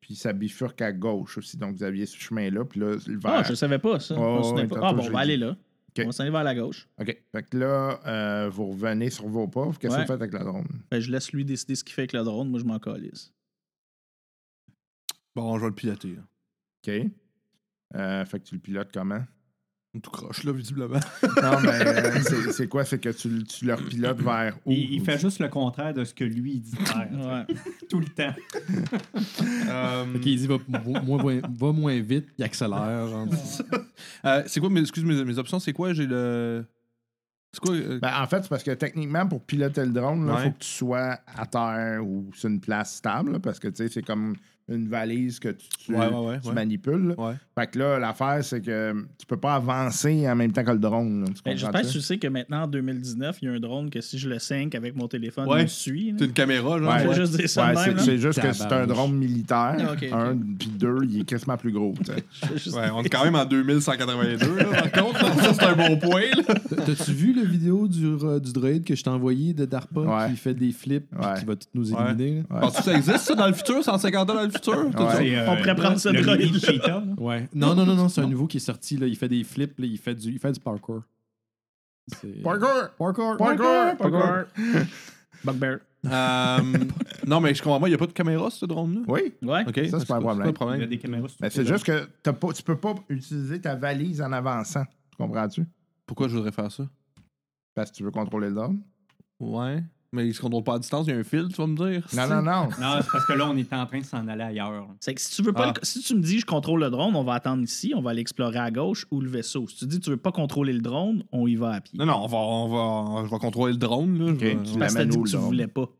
puis ça bifurque à gauche aussi. Donc, vous aviez ce chemin-là, puis là, le
Ah,
vert.
je savais pas ça. Je me
Oh,
souvenais
ouais,
pas.
tantôt,
Ah, bon, on
j'ai
va
dit.
aller là. On va s'en aller vers la gauche.
OK. Fait que là, euh, vous revenez sur vos pas. Qu'est-ce que
Ouais.
vous faites avec le drone?
Fait que Ben, je laisse lui décider ce qu'il fait avec le drone. Moi, je m'en calisse.
Bon, je vais le piloter. là.
OK. Euh, fait que tu le pilotes comment?
Tout croche, là, visiblement.
(laughs) Non, mais euh, (laughs) c'est- c'est quoi? C'est que tu, le- tu leur pilotes vers où?
Il, il fait juste le contraire de ce que lui il dit de
(laughs)
faire
Ouais.
tout le temps.
Euh, (laughs)
Fait qu'il dit va, va- moins, va moins vite, il accélère. genre.
euh, c'est quoi, mes, excuse mes, mes options, c'est quoi? J'ai le. C'est quoi? euh,
Ben, en fait, c'est parce que techniquement, pour piloter le drone, il
Ouais.
faut que tu sois à terre ou sur une place stable, là, parce que tu sais, c'est comme une valise que tu, tu-
Ouais, ouais, ouais,
tu
ouais.
manipules. là.
Ouais.
Fait que là, l'affaire, c'est que tu peux pas avancer en même temps que le drone. là. Tu
Ben, J'espère
comprends-tu?
que tu sais que maintenant, en 2019, il y a un drone que si je le 5 avec mon téléphone,
Ouais.
il me suit. là.
T'as une caméra, genre?
Ouais.
Je vais juste dire ça de
Ouais,
même.
c'est-
là.
c'est juste que c'est un
Tabarnouche.
drone militaire.
Ah, ok, ok.
Un, puis deux, il est quasiment plus gros. tu sais.
Je vais juste-
Ouais, on est quand même en 2182, là, par contre. (laughs) Ça, c'est un bon point, là.
T'as- T'as-tu vu le vidéo du, euh, du droïde que je t'ai envoyé de DARPA
Ouais.
qui fait des flips puis
Ouais.
qui va tout nous
Ouais.
éliminer? là?
Penses-tu que ça existe, ça, dans le futur, 150 ans dans le futur? Tout
Ouais.
ça?
C'est, euh,
On pourrait prendre ce
le
drogue.
mini cheetah, là.
Ouais. Non, non, non, non, c'est un nouveau qui est sorti. Là. Il fait des flips, là. Il, fait du, il fait du parkour. C'est-
Parkour!
Parkour! Ah,
Parkour!
Parkour. Bugbear.
(laughs) Euh, non, mais je comprends pas, il n'y a pas de caméra, ce drone-là.
Oui,
Ouais.
Ok,
pas un problème.
pas
Il y a des caméras sur
Ben,
mais
tout
c'est
le
juste que t'as pas- tu peux pas utiliser ta valise en avançant. Tu comprends-tu?
Pourquoi je voudrais faire ça?
Parce que tu veux contrôler le drone.
Ouais. Mais il se contrôle pas à distance, il y a un fil, tu vas me dire.
Non, non, non.
Non, c'est parce que là, on est en train de s'en aller ailleurs.
C'est que si tu veux pas
Ah.
le- si tu me dis je contrôle le drone, on va attendre ici, on va aller explorer à gauche ou le vaisseau. Si tu dis tu veux pas contrôler le drone, on y va à pied.
Non, non, on va, on va, je vais contrôler le drone. Là, je
Ok,
vais-
tu
Parce que t'as
l'amènes
dit
où,
que tu
le drone?
voulais pas.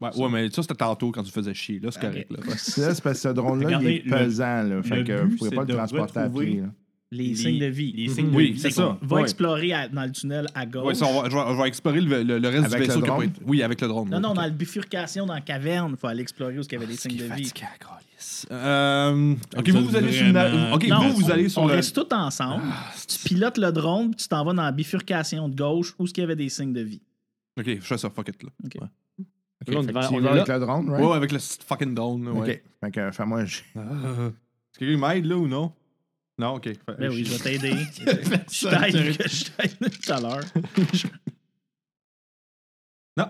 ouais, ouais, mais ça, c'était tantôt quand tu faisais chier. Là, c'est
Ok.
correct. Là. Ouais.
Ça, c'est parce que ce drone-là, il
Regardez,
est
le-
pesant. Là, fait
le
que
but,
vous pouvez
c'est
pas le
de
transporter à
retrouver-
pied. là.
Les, Mhm. signes de vie.
Les signes de
Oui,
vie.
c'est ça.
Va
Ouais.
explorer à- dans le tunnel à gauche.
Ouais, ça, on va, je, vais, je vais explorer le, le- le reste
Avec
du
le
vaisseau. qui a
drone?
pas été- Oui, avec le drone.
Non,
oui.
non,
Ok.
dans la bifurcation, dans la caverne, faut aller explorer où il y avait des signes de vie.
Ah, Fatigué, câlisse. Euh, ok,
Vous
vous, vous
êtes
allez sur une.
vraiment-
Ok,
Non,
vous, vous allez sur
on
le. Ah,
reste tous ensemble. tu pilotes le drone, puis tu t'en vas dans la bifurcation de gauche où il y avait des signes de vie.
Ok, je fais ça, fuck it. Là.
Là, on
Fait
est
que
vers-
tu y
on
vas
est
avec
là.
le drone,
Ouais,
right?
ouais, avec le petit fucking drone. là, Ouais.
OK. Fait que fais-moi un jet.
Ah. Est-ce que quelqu'un m'aide là ou non? Non, ok. Fait-
Ben oui, je vais
(laughs)
t'aider. je
Ça,
t'aide, que je t'aide tout à l'heure.
Non.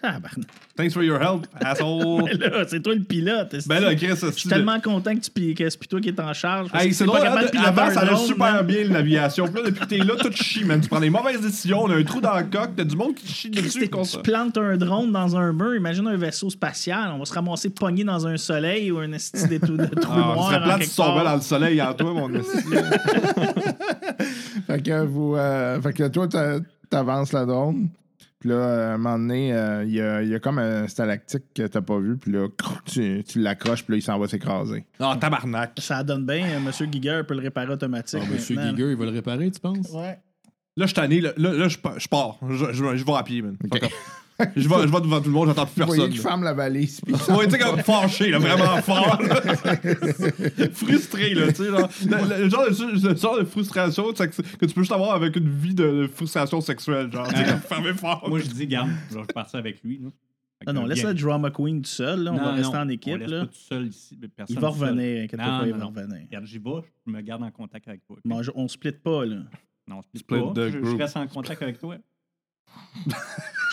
Ah, ben,
Thanks for your help,
(laughs)
asshole.
là, c'est toi le pilote. est-ce
ben
que-
là, Chris,
je suis tellement content que, tu, pi- que c'est toi qui es en charge. parce
Hey,
que
c'est
t'es
drôle,
pas capable de
hein,
piloter
avant,
un
ça allait
drone,
super
man.
bien l'aviation. Puis là, depuis que t'es là, tout chie, man. Tu prends des mauvaises décisions, on a un trou dans le coq, t'as du monde qui chie dessus.
C'était-
qu'on
Tu
se-
plantes un drone dans un mur, imagine un vaisseau spatial, on va se ramasser pogné dans un soleil ou un esti de
(laughs)
trou, de trou
Ah, ce
noir.
serait
en
plate
quelque
si tu tombais
part.
dans le soleil en toi, mon esti.
(laughs)
Fait que vous. euh, fait que toi, t'a- t'avances le drone. Puis là, euh, à un moment donné, euh, il y, a, il y a comme un stalactique que t'as pas vu. Puis là, (laughs) crou, tu, tu l'accroches. Puis là, il s'en va s'écraser.
Ah, tabarnak.
Ça donne bien, hein, Monsieur Giger peut le réparer automatique.
Ah, Monsieur
maintenant.
Giger, il va le réparer, tu penses?
Ouais.
Là, je suis tanné. Là, là, là, je pa- je pars. Je, je, je vais à pied, man. Fuck off. Je vais, je vais devant tout le monde, j'entends plus
Vous voyez
personne.
qu'il ferme la valise. Puis
Ouais, tu sais, comme fâché, là, vraiment fort. là. Frustré, là, tu sais. genre, Le, le- le genre de, le genre de frustration tu sais, que, que tu peux juste avoir avec une vie de, de frustration sexuelle. Genre, tu sais, comme fermé fort.
Moi, je dis, garde, genre, je pars ça avec lui. là. Fait que,
Ah Non, non, laisse
viens.
le Drama Queen tout seul, là, on
Non,
va rester
non,
en
on
équipe.
laisse
Là.
pas tout seul ici, mais personne
Il va
tout seul.
revenir, inquiète
Non,
pas, il
non,
va
non.
revenir.
Regarde, j'y vais, je me garde en contact avec toi. ok?
Bon, je- on split pas, là.
Non, je,
Split
pas,
the
je, je
group.
reste en contact avec toi.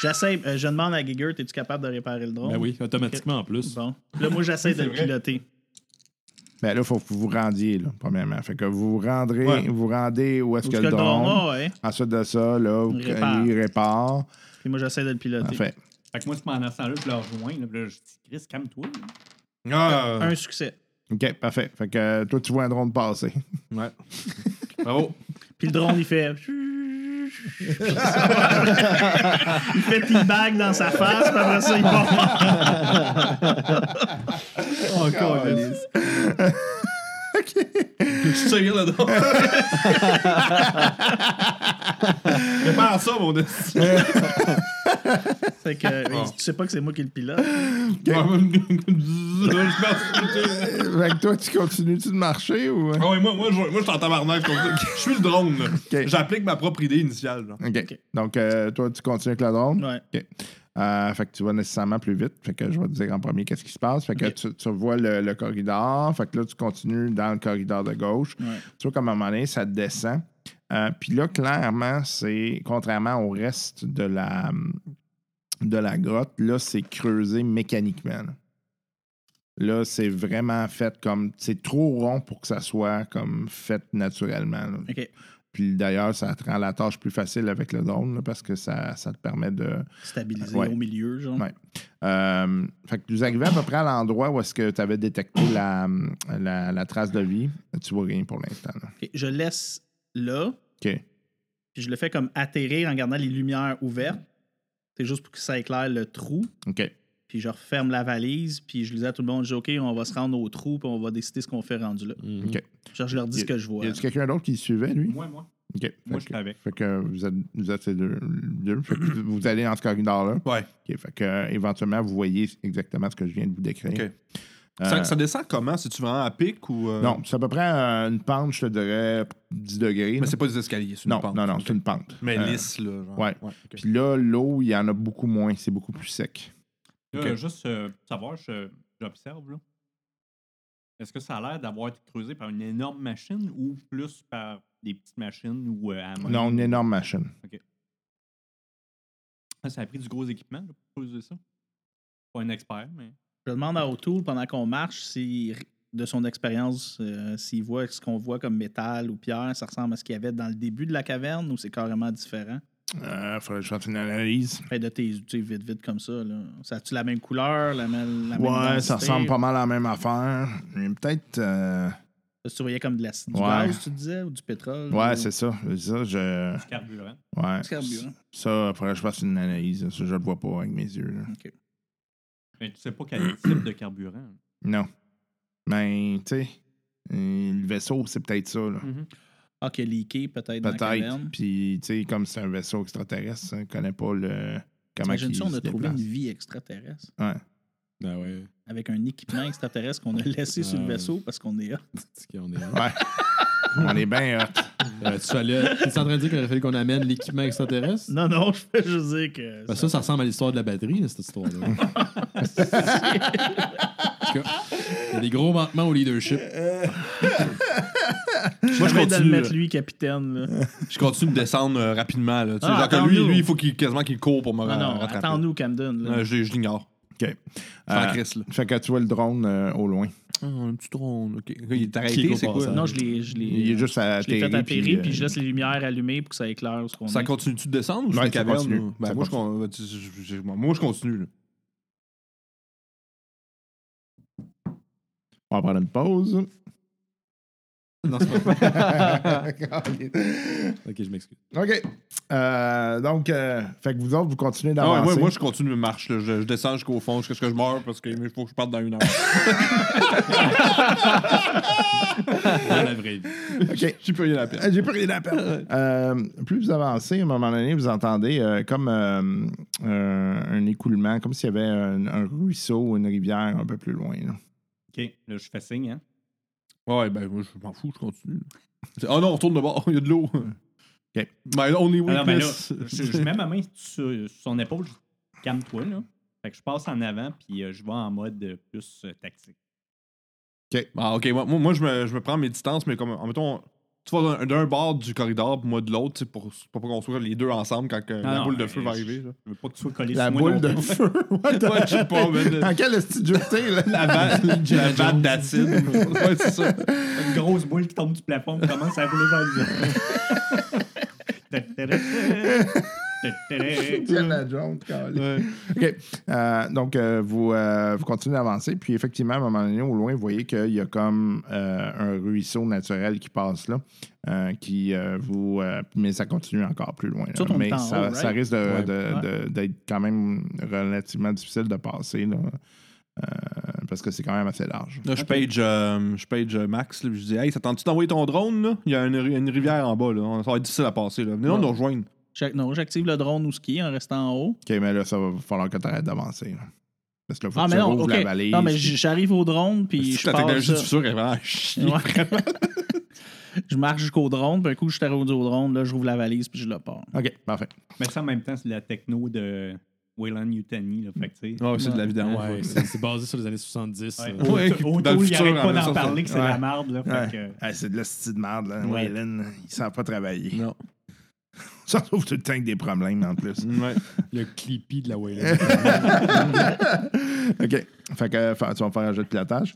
J'essaie, euh, je demande à Giger, es-tu capable de réparer le drone?
Ben oui, automatiquement en plus.
Bon. Là, moi, j'essaie de le piloter.
Ben là, faut que vous vous rendiez, là, premièrement. Fait que vous vous rendrez,
Ouais.
vous rendez où est-ce
Où
que
est-ce
le drone.
ah, ouais.
Ensuite de ça, là, vous-
Il répare.
il répare.
Puis moi, j'essaie de le piloter.
Parfait.
Fait que moi, c'est pendant ce temps-là, je le rejoins. Là, puis là, je dis, Chris, calme-toi. là.
Ah,
Un succès.
OK, parfait. Fait que euh, toi, tu vois un drone passer.
ouais. Bravo.
Puis le drone,
(laughs)
il fait. il fait teabag dans sa face, puis après ça, il part.
Ah, Euh,
Tu tires le dos. Prépare ça, mon esti.
Fait que, euh, tu sais pas que c'est moi qui le pilote.
Je pense-
fait que toi, tu continues-tu de marcher ou...
Ah ouais, moi, moi, je, moi, je suis en tabarnak. comme ça. Je suis le drone, là.
Ok.
J'applique ma propre idée initiale, genre.
OK. Donc, euh, toi, tu continues avec le drone.
Ouais.
Euh, fait que tu vas nécessairement plus vite. Fait que je vais te dire en premier qu'est-ce qui se passe. Fait que
Ok.
tu, tu vois le, le corridor. Fait que là, tu continues dans le corridor de gauche.
Ouais.
Tu vois comme à un moment donné, ça descend. Euh, Puis là, clairement, c'est contrairement au reste de la, de la grotte, là, c'est creusé mécaniquement. là. Là, c'est vraiment fait comme. C'est trop rond pour que ça soit comme fait naturellement. là.
OK.
Puis d'ailleurs, ça te rend la tâche plus facile avec le drone là, parce que ça, ça te permet de.
Stabilisé
Ouais.
au milieu, genre.
Ouais. Euh, fait que nous arrivons à peu près à l'endroit où est-ce que tu avais détecté la, la- la trace de vie. Tu vois rien pour l'instant. là.
Ok, Je laisse là,
OK.
puis je le fais comme atterrir en gardant les lumières ouvertes. C'est juste pour que ça éclaire le trou.
OK.
Puis je referme la valise, puis je disais à tout le monde, je dis, OK, on va se rendre au trou, puis on va décider ce qu'on fait rendu là.
Mhm.
Ok.
Genre, je leur dis
Y-
ce que je vois.
Y a-tu quelqu'un d'autre qui le suivait, lui?
Moi, moi.
OK. Fait
Moi,
que-
j'étais avec.
Fait que vous êtes, vous êtes les deux. deux. Fait que vous allez dans ce corridor-là.
Ouais.
OK. Fait que, euh, éventuellement, vous voyez exactement ce que je viens de vous décrire.
OK.
Euh,
Ça, ça descend comment? Si tu vraiment à pic ou. euh,
Non, c'est à peu près euh, une pente, je te dirais 10 degrés.
Mais
là.
c'est pas des escaliers, c'est une
non,
pente.
non, non,
Ok.
c'est une pente.
Mais
Euh,
lisse, là. Genre.
ouais.
ok.
Puis là, l'eau, il y en a beaucoup moins. C'est beaucoup plus sec.
Là,
Ok.
Juste euh, pour savoir, je- j'observe. là. Est-ce que ça a l'air d'avoir été creusé par une énorme machine ou plus par des petites machines ou euh, à main?
Non, une énorme machine.
Ah, Ça a pris du gros équipement là, pour creuser ça. Pas un expert, mais.
Je demande à O'Toole pendant qu'on marche si, de son expérience, euh, s'il voit ce qu'on voit comme métal ou pierre, ça ressemble à ce qu'il y avait dans le début de la caverne ou c'est carrément différent.
Il faudrait Euh, que je fasse une analyse.
Fait de tes tu sais, vite vite comme ça, là. Ça a-tu la même couleur, la même. La même
Ouais, ça
densité?
ressemble pas mal à la même affaire. Mais Peut-être. euh,
Tu voyais comme de la, du
Ouais.
gaz, tu disais, ou du pétrole.
Ouais,
ou-
c'est ça. C'est ça, je.
Du carburant.
Ouais.
du carburant.
Ça, faudrait que je fasse une analyse. Ça, je le vois pas avec mes yeux. là.
Mm.
Mais tu sais pas quel type de carburant. hein,
Non. Mais, tu sais, euh, le vaisseau, c'est peut-être ça. là.
Ah, qui a leaké peut-être dans la
Peut-être.
caverne.
Puis, tu sais, comme c'est un vaisseau extraterrestre, on connaît pas le. Comment
T'imagines-tu,
qu'il
on
se
a trouvé
déplace.
une vie extraterrestre
Ouais.
Ben ouais.
avec un équipement
(laughs)
extraterrestre qu'on a laissé sur
Euh.
le
Ah.
vaisseau parce qu'on est là.
C'est qu'on est.
Ouais. on est bien hot.
Euh, tu fallais- t'es en train de dire qu'il aurait fallu qu'on amène l'équipement extraterrestre?
Non, non, (laughs) je fais juste dire que.
Ben ça, ça ressemble à l'histoire de la batterie, là, cette histoire-là. En tout cas, il y a des gros manquements au leadership.
Moi, je
J'avais de le
continue.
mettre,
là.
lui, capitaine. là.
Je continue de descendre euh, rapidement. Là. Tu sais,
Ah,
genre que lui,
attends-nous.
lui, il faut qu'il quasiment qu'il court pour me ra-
Non, non,
rattraper.
attends-nous, Camden. là.
Euh, je je l'ignore.
OK.
Je fais la
Euh,
crisse, là.
Fait que tu vois le drone euh, au loin.
Ah, un petit drone. OK. Il est
Qui est
arrêté,
au
c'est quoi?
passage.
non, je l'ai. Je l'ai
Il est juste à
euh, je l'ai fait atterrir,
euh,
puis je laisse les lumières allumées pour que ça éclaire ce qu'on
Ça
est.
continue-tu de descendre ou
Ouais,
c'est une
ça
caverne?
continue.
là? Ben,
Ça
moi, je con- tu- je- je- moi, je continue.
(laughs)
là.
On va prendre une pause.
Non, c'est pas
Ok, je m'excuse.
OK. Euh, donc, euh, fait que vous autres, vous continuez
Ah (laughs) ouais,
d'avancer.
moi, moi, je continue mes marches. là. Je, je descends jusqu'au fond jusqu'à ce que je meurs parce qu'il faut que je parte dans une heure.
Dans la vraie vie.
(laughs) OK. Ah,
(laughs) J'ai plus rien à perdre.
J'ai pas rien à perdre. Euh, plus vous avancez, à un moment donné, vous entendez euh, comme euh, euh, un écoulement, comme s'il y avait un, un ruisseau ou une rivière un peu plus loin. là.
OK. Là, je fais signe, hein.
Ouais, ben, moi, je m'en fous, je continue. C'est- Ah non, on retourne de bord. (laughs) Il y a de l'eau.
OK.
Ben, on est
Ah
Alors, ben là,
weakness.
je, je mets ma main sur, sur son épaule. je dis, Calme-toi, là. Fait que je passe en avant, puis euh, je vais en mode euh, plus euh, tactique.
Ah, ok, moi, moi, moi, je, me, je me prends mes distances, mais comme, en mettons, tu vas d'un- d'un bord du corridor, puis moi de l'autre, tu sais, pour, pour pas qu'on soit les deux ensemble quand que la
non,
boule de
mais
feu va
je-
arriver. là.
Je veux pas que tu sois collé
La
sur moi
boule
non
de
plus.
feu. What the-
Ouais, je sais pas, mais le-
Dans quel est-ce que tu es, là?
La
(laughs)
vanne, la vanne d'acide. Ouais, c'est ça.
Une grosse boule qui tombe du plafond qui commence à rouler vers le
Mm.
Indiana Jones, câlisse. (laughs) OK. Euh, donc, euh, vous, euh, vous continuez d'avancer. Puis, effectivement, à un moment donné, au loin, vous voyez qu'il y a comme euh, un ruisseau naturel qui passe là. euh, qui euh, vous. euh, mais ça continue encore plus loin. là.
Surtout, on
Mais
est en
ça,
haut, right?
ça risque de-
Ouais.
de- de- d'être quand même relativement difficile de passer. là. Euh, parce que c'est quand même assez large.
Là, je page, euh, je page euh, Max, là, puis je dis Hey, ça tente-tu d'envoyer ton drone là? Il y a une, ri- une rivière en bas, là. ça va être difficile à passer. Là. Venez donc nous rejoindre.
J'ac- Non, j'active le drone ou ski en restant en haut.
OK, mais là, ça va falloir que tu arrêtes d'avancer. là. Parce que là, faut
Ah,
que
mais
tu
non,
rouvres
ok.
la valise.
Non, mais j- j'arrive au drone, puis
Si
je
la technologie du
passe.
futur est vraiment à chier.
(laughs) Je marche jusqu'au drone, puis un coup, je suis rendu au drone, là, je rouvre la valise, puis je le pars.
OK, parfait.
Mais ça, en même temps, c'est la techno de Wayland Yutani. Là, fait que, tu sais,
Ah, c'est de la vidange.
Ouais, c'est c'est basé sur les années 70.
ouais,
euh.
au-
Ouais,
au-
dans le
au- il
futur,
arrête
en
pas d'en
1960.
parler que c'est de
Ouais.
la merde. Là,
Ouais.
fait que, euh,
Ah, c'est de la style de merde, là.
Ouais.
Waylon, il s'en pas travailler.
Non.
(laughs) Ça trouve tout le temps avec des problèmes, en
(laughs)
plus.
Ouais.
Le clippy de la Wayland.
OK. Fait que euh, fa- tu vas me faire un jeu de pilotage.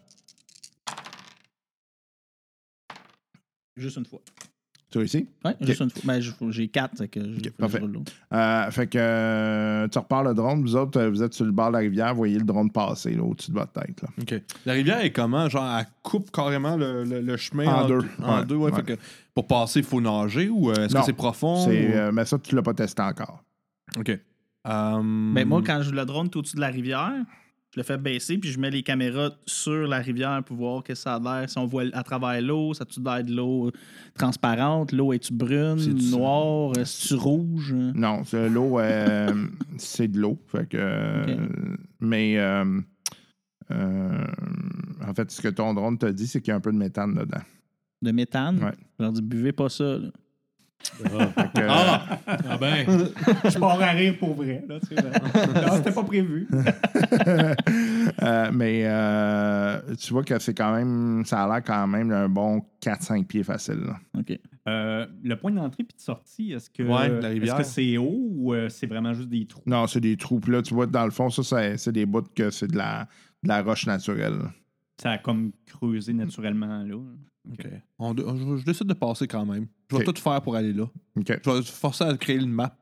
Juste une fois.
Tu as réussi?
Ouais, juste une fois. Ben, j- j'ai quatre, fait que je- faut que je
parfait.
roule l'autre.
Euh, fait que euh, tu repars le drone, vous autres, euh, vous êtes sur le bord de la rivière, vous voyez le drone passer là, au-dessus de votre tête. là.
OK. La rivière est comment? Genre, elle coupe carrément le, le- le chemin
En deux.
En
Ouais,
deux, ouais.
ouais.
Fait que pour passer, il faut nager ou euh, est-ce
Non.
que c'est profond?
C'est,
ou-
euh, mais ça, tu l'as pas testé encore.
OK. Um,
Ben, moi, quand je le drone tout au-dessus de la rivière, je le fais baisser, puis je mets les caméras sur la rivière pour voir que ça a l'air. Si on voit à travers l'eau, ça a-tu l'air de l'eau transparente? L'eau est-tu brune,
C'est-tu-
noire? Est-ce-tu rouge? hein,
Non, c'est l'eau, euh, (laughs) c'est de l'eau. Fait que, euh, Mais euh, euh, en fait, ce que ton drone te dit, c'est qu'il y a un peu de méthane dedans.
De méthane?
Ouais.
Je leur dis, buvez pas ça. là.
Fait que,
Ah ben,
Je pars à rire pour vrai. Là, tu sais,
ben.
là. Non, c'était pas prévu.
(laughs) Euh, mais euh, tu vois que c'est quand même, ça a l'air quand même d'un bon 4-5 pieds facile. là.
OK.
Euh, le point d'entrée puis de sortie, est-ce que
Ouais, la
est-ce
rivière.
que c'est haut ou euh, c'est vraiment juste des trous?
Non, c'est des trous. Puis là, tu vois, dans le fond, ça, c'est, c'est des bouts que c'est de la, de la roche naturelle.
Ça a comme creusé naturellement là.
OK. On- on- je, je décide de passer quand même. Je vais
OK.
tout faire pour aller là.
OK.
Je vais se forcer à créer une map.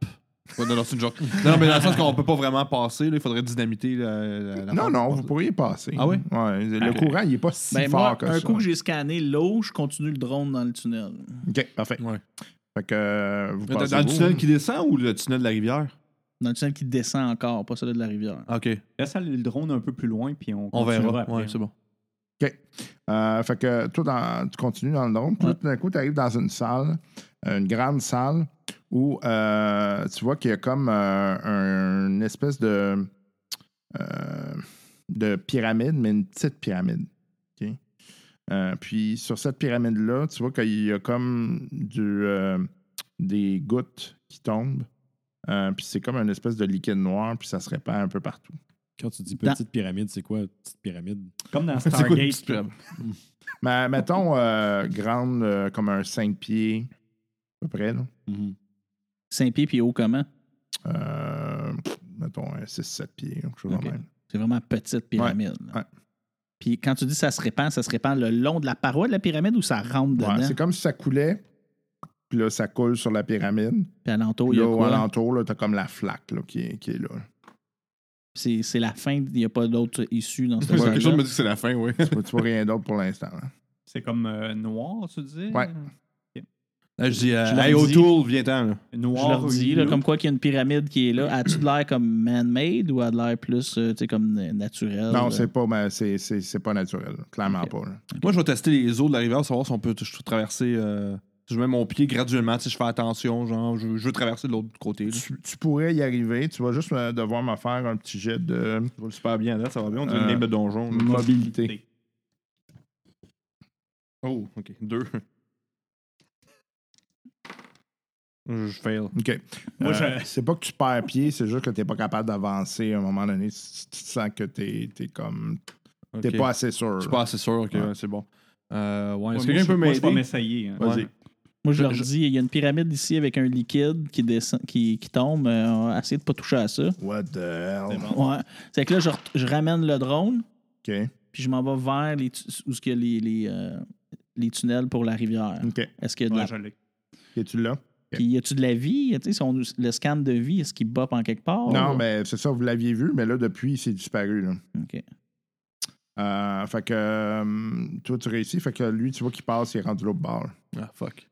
Ouais, Non, non, c'est une joke. Non, non, mais dans le sens qu'on peut pas vraiment passer, là, il faudrait dynamiter la, la- la-
Non,
la-
non, vous pourriez passer.
Ah oui?
Ouais, le courant, il n'est pas si
Ben,
fort
moi,
que
un
ça.
coup que j'ai scanné l'eau, je continue le drone dans le tunnel.
OK, parfait.
Ouais.
Fait que euh, vous
Dans,
passez
dans le
vous.
tunnel qui descend ou le tunnel de la rivière?
Dans le tunnel qui descend encore, pas celui de la rivière.
OK.
Laisse aller le drone un peu plus loin puis on,
On
continuera
verra.
après.
Ouais, c'est bon.
Euh, fait que toi, dans- tu continues dans le drone. puis
Ouais.
Tout d'un coup, tu arrives dans une salle, une grande salle, où euh, tu vois qu'il y a comme euh, une espèce de, euh, de pyramide, mais une petite pyramide. OK? Euh, puis sur cette pyramide-là, tu vois qu'il y a comme du, euh, des gouttes qui tombent. Euh, puis c'est comme une espèce de liquide noir, puis ça se répand un peu partout.
quand tu dis petite pyramide, c'est quoi petite pyramide?
Comme dans
(laughs) C'est quoi une
Stargate.
petite pyramide?
Mais mettons euh, grande euh, comme un 5 pieds à peu près. Là.
Saint pieds puis haut comment?
Euh, pff, mettons, 6-7 pieds, quelque chose
Ok.
de même.
C'est vraiment petite pyramide. là.
ouais.
Puis quand tu dis ça se répand, ça se répand le long de la paroi de la pyramide ou ça rentre
Ouais,
dedans?
c'est comme si ça coulait, puis là, ça coule sur la pyramide.
Puis alentour,
Puis
Oh, il y a
là,
quoi?
alentour, là, t'as comme la flaque là, qui, est, qui est là.
C'est c'est la fin, il n'y a pas d'autre
(laughs)
issue dans ce
Ouais, Quelque chose me
tunnel.
dit que c'est la fin, oui.
tu, vois, tu vois rien d'autre pour l'instant. là.
C'est comme euh, noir, tu dis?
Ouais.
Là, je dis, euh,
Je leur
hey,
dis-
O'Toole, viens-t'en. là.
Je
Noir.
leur dis, là,
huileux.
comme quoi qu'il y a une pyramide qui
(clears throat)
est là. As-tu de l'air comme man-made ou a de l'air plus euh, tu sais, comme euh, naturel?
Non,
là?
c'est pas, mais c'est, c'est, c'est pas naturel. là. Clairement
Ok.
pas. là.
Moi, je vais tester les eaux de la rivière, savoir si on peut t- traverser. euh, si je mets mon pied graduellement, si je fais attention, genre, je, je veux traverser de l'autre côté. là.
Tu, tu pourrais y arriver. Tu vas juste euh, devoir me faire un petit jet de
Ça va super bien, là, ça va bien. On dirait
Euh,
une game de donjon. là.
mobilité.
Oh, ok. Deux. Je fail.
OK.
Moi,
Euh,
je-
C'est pas que tu perds pied, c'est juste que t'es pas capable d'avancer à un moment donné. Tu, tu te sens que t'es, t'es comme. T'es
Ok.
pas assez sûr.
Je suis pas assez sûr que
Ouais.
ouais, c'est bon. Euh, ouais, est-ce
Ouais, moi,
que quelqu'un
je-
peut
moi, je vais
m'aider?
m'essayer. hein.
Vas-y.
Ouais.
Moi, je leur dis, il y a une pyramide ici avec un liquide qui, descend, qui, qui tombe. Euh, essayez de pas toucher à ça.
What the hell?
C'est bon.
Ouais. C'est que là, je, ret- je ramène le drone,
OK.
puis je m'en vais vers les tu- où ce qu'il y a les, les, euh, les tunnels pour la rivière.
OK.
Est-ce qu'il y a de
Ouais,
la
je l'ai.
Es-tu là?
Puis y a-tu de la vie? Tu sais, si on- le scan de vie, est-ce qu'il bop en quelque part?
non, ben, mais c'est ça, vous l'aviez vu, mais là, depuis, c'est disparu. Là.
OK.
Euh, fait que euh, toi, tu réussis, fait que lui, tu vois qu'il passe, il est rendu l'autre bord.
Ah, fuck.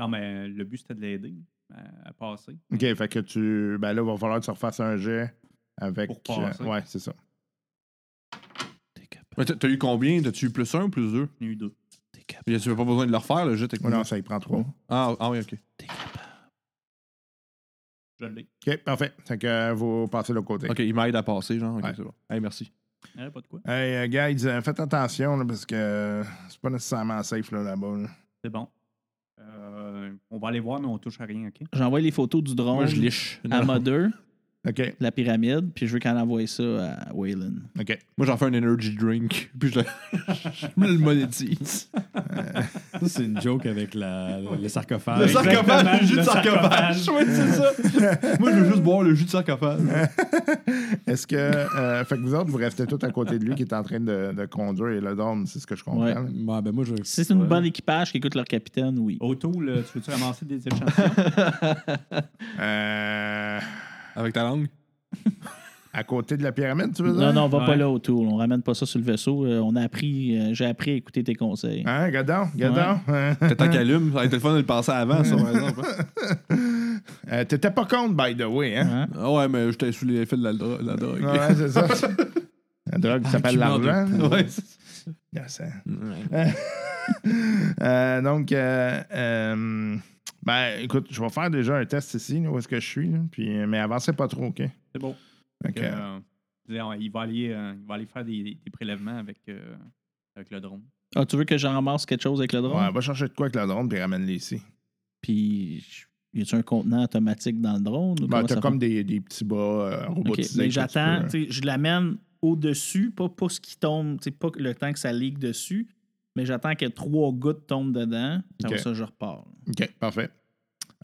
Non, mais euh, le but, c'était de l'aider euh, à, à passer.
OK, fait que tu. Ben là, il va falloir que tu refasses un jet avec. euh,
Pour passer.
ouais, c'est ça.
T'es capable.
Mais t'as- T'as eu combien? T'as-tu eu plus un ou plus deux?
J'en ai eu deux.
T'es capable.
Tu n'as pas besoin de le refaire, le jet
Oh
techniquement.
non, ça, il prend trois.
Ah, ah oui, ok.
T'es capable.
Je l'ai.
OK, parfait. Fait que euh, vous passez de l'autre côté.
Ok, il m'aide à passer, genre. Ok,
Ouais.
c'est bon. Hey, merci.
Ah, pas de quoi.
Hey, euh, guys, euh, faites attention, là, parce que euh, c'est pas nécessairement safe là, là-bas. là.
C'est bon. Euh, on va aller voir, mais on touche à rien, OK?
J'envoie les photos du drone
liche.
à Mother.
OK,
la pyramide, puis je veux qu'elle envoie ça à Waylon.
OK.
Moi, j'en fais un energy drink, (laughs) puis je le, je me le monétise.
Ça, c'est une joke avec la, le sarcophage.
Le sarcophage, le jus de
le
sarcophage. Oui, c'est ça. Moi, je veux juste boire le jus de sarcophage.
Est-ce que. euh, fait que vous autres, vous restez tous à côté de lui qui est en train de, de conduire et le dorme, c'est ce que je comprends.
Ouais.
là.
Ouais, ben moi, je...
Si c'est une bonne équipage qui écoute leur capitaine,
Oh,
oui.
(laughs) Auto, là, tu veux-tu ramasser des échantillons?
Euh,
Avec ta langue?
à côté de la pyramide, tu veux dire?
Non, non, on va pas
Ouais.
là autour. là. On ramène pas ça sur le vaisseau. Euh, on a appris, euh, j'ai appris à écouter tes conseils.
Hein, gadon, gadon. Hein?
T'as
(laughs)
Hein?
tant qu'elle allume, ça a été le fun de le penser avant, ça, par exemple.
Euh, T'étais pas contre, by the way, hein?
Ah (laughs) ouais, mais j'étais sous l'effet de la, dro- la drogue.
Ouais, c'est ça. La drogue qui s'appelle
Argument de
l'argent.
Ouais.
Yes, hein. (laughs) Euh, donc, euh, euh, ben, écoute, je vais faire déjà un test ici, là, où est-ce que je suis, là, puis, euh, mais avancez pas trop, OK?
C'est bon.
OK.
Que, euh, je disais, on- il, va aller, euh, il va aller faire des, des prélèvements avec, euh, avec le drone.
Ah, tu veux que j'en ramasse quelque chose avec le drone?
Ouais, va chercher de quoi avec la drone, puis ramène-les ici.
Puis, je- y a-tu un contenant automatique dans le drone? ou
Ben,
comment
t'as
ça
comme des, des petits bras euh,
Ok,
robotisés.
mais
que tu
j'attends,
peux-
tu sais, je l'amène au-dessus, pas, pas ce qui tombe, tu sais, pas le temps que ça ligue dessus, mais j'attends que trois gouttes tombent dedans. Après
Ok.
ça, je repars.
OK, parfait.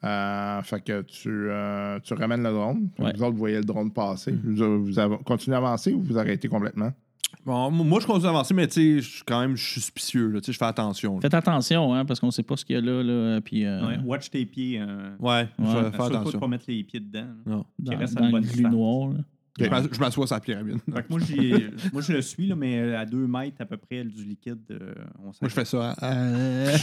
Euh, fait que tu, euh, tu ramènes le drone. Fait que
Ouais. Mhm.
Vous autres, vous voyez le drone passer. Vous, vous av- continuez à avancer ou vous arrêtez complètement?
(laughs) Bon, m- moi, je continue d'avancer, mais tu sais, je suis quand même je suis suspicieux, là, tu sais, je fais attention. là.
Faites attention, hein, parce qu'on sait pas ce qu'il y a là, là puis euh,
Ouais, watch tes pieds. Euh,
Ouais, je vais
Ouais.
faire
Assure-toi de
attention.
pas mettre les pieds dedans. là.
Non.
dans,
qui reste à
dans
une
le
bonne
glu
distance.
noir. là.
Je m'as- Je m'assois sur la (laughs) pyramide. Moi,
Fait que moi,
(laughs)
j'y- moi, je le suis, là, mais euh, à 2 mètres à peu près du liquide, euh, on s'en
je fais ça. à- à-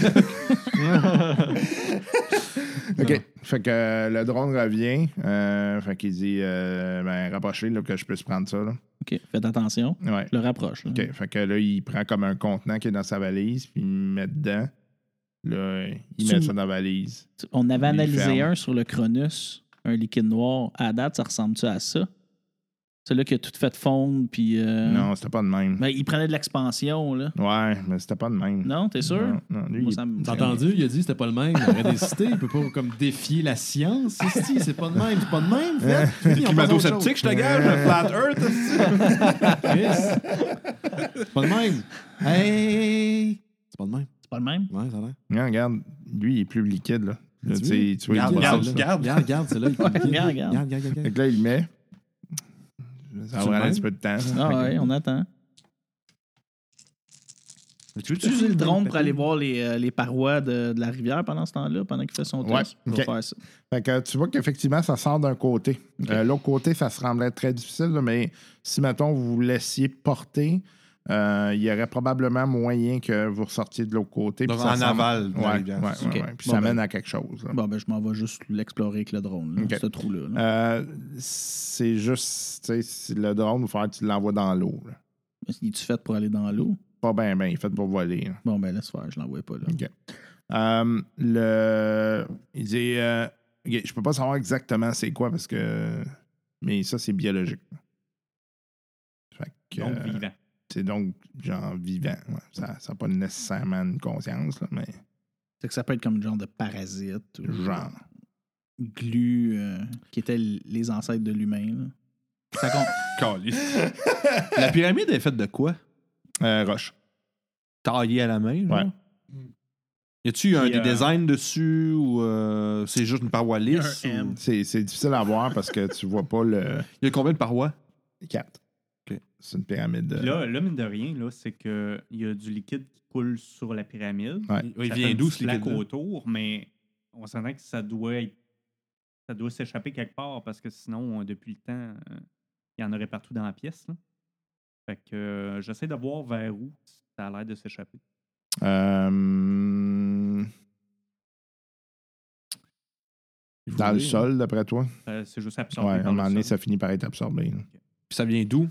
OK. Fait que euh, le drone revient. Euh, fait qu'il dit euh, ben, rapprochez là, que je puisse prendre ça. Là.
OK, faites attention.
Ouais.
Je le rapproche. là.
OK. Fait que là, il prend comme un contenant qui est dans sa valise, puis il met dedans. Là, il
Tu-
met ça dans la valise.
Tu- On avait
Il
analysé
ferme.
un sur le Cronus, un liquide noir. À date, ça ressemble-tu à ça? Celui-là qui a tout fait fondre, puis... euh,
Non, c'était pas de même.
ben, il prenait de l'expansion, là.
Ouais, mais c'était pas de même.
Non, t'es sûr?
Non, non, lui,
Moi,
il-
ça me-
T'as entendu? Il a dit que c'était pas le même. Il aurait désisté. Il peut pas comme défier la science. esti. C'est pas de même. C'est pas de même. fait. Ils ont pas d'autre chose.
Climato-sceptique, je te gage, le flat earth. (laughs)
Chris. C'est pas de même. Hey! C'est pas de même.
C'est pas le (laughs) même?
Ouais, ça a l'air.
Non, Hein, regarde, lui, il est plus liquide.
Ah,
Là, Là, tu sais, tu vois,
Regarde,
il brasse,
regarde,
là.
regarde, regarde, regarde, c'est là. il-
Ouais, regarde, regarde.
Regarde, regarde,
Fait
regarde.
que là, il le met. Ça va
le
prendre un
mets?
petit peu de temps.
Ah ouais, on attend. Tu veux utiliser le drone pour aller voir les, euh, les parois de, de la rivière pendant ce temps-là, pendant qu'il fait son
Ouais,
test? On va
ok.
faire ça.
Fait que euh, tu vois qu'effectivement, ça sort d'un côté. Euh, L'autre côté, ça se semblait très difficile, là, mais si, mettons, vous vous laissiez porter, euh, il y aurait probablement moyen que vous ressortiez de l'autre côté.
Donc,
puis ça
en
semble-
aval de la
Ouais,
rivière.
ouais,
Ok.
ouais, ouais. Puis
Bon,
ça
ben.
mène à quelque chose. là.
Bon, ben, je m'en vais juste l'explorer avec le drone, là,
Ok.
ce trou-là. là.
Euh, c'est juste, tu sais, si le drone, il faut que tu l'envoies dans l'eau. là.
Il est-tu fait pour aller dans l'eau?
Pas bien, bien, il est fait pour voler. là.
Bon, ben, laisse faire, je l'envoie pas là.
Ok. Euh, le... Il dit euh, ok, Je peux pas savoir exactement c'est quoi parce que. Mais ça, c'est biologique. Fait que,
Donc,
euh,
vivant.
c'est donc genre vivant. ouais. Ça n'a pas nécessairement une conscience, là, mais
C'est que ça peut être comme le genre de parasite ou
genre.
glu euh, qui étaient l- les ancêtres de l'humain. là. Ça compte.
(laughs) Calice. La pyramide est faite de quoi?
Euh, roche.
Taillée à la main, genre?
Ouais.
Y a-tu un
Puis,
des
euh,
designs dessus ou euh, c'est juste une paroi lisse?
Un M.
ou-
C'est c'est difficile à voir parce que tu vois pas le
Y a combien de parois?
4.
Ok.
C'est une pyramide. de-
Puis là, là, mine de rien, là, c'est qu'il y a du liquide qui coule sur la pyramide.
Ouais.
Il
Ça
vient
fait une
d'où,
petite
ce
plaque
liquide-là?
autour, mais on s'entend que ça doit être- ça doit s'échapper quelque part parce que sinon, euh, depuis le temps, euh, il y en aurait partout dans la pièce. là. Fait que euh, j'essaie de voir vers où ça a l'air de s'échapper.
Euh,
Il faut
dans le
dire.
sol, d'après toi.
Euh, c'est juste absorbé.
Ouais, à un
par le
moment donné, ça
sol.
finit par être absorbé. là.
Puis ça vient d'où?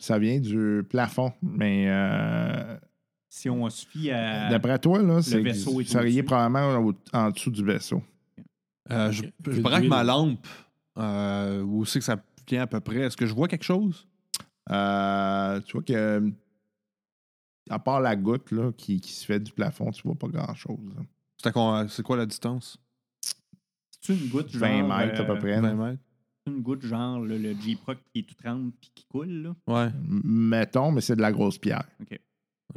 Ça vient du plafond, mais euh,
Si on se fie à.
d'après toi, là, c'est que
Euh, vaisseau est
vous seriez
au-dessus.
probablement au- en dessous du vaisseau.
Euh, je, je
Que
braque
d'huile.
ma lampe. Euh, où c'est que ça vient à peu près? Est-ce que je vois quelque chose?
Euh, tu vois que, à part la goutte là, qui, qui se fait du plafond, tu vois pas grand-chose. là.
C'est à euh, quoi- c'est quoi la distance?
C'est une goutte, genre,
20 mètres à
euh,
peu près.
20
là.
mètres?
une goutte, genre le, le J-Proc qui est tout tremble puis qui coule, là?
Ouais.
M- Mettons, mais c'est de la grosse pierre.
OK.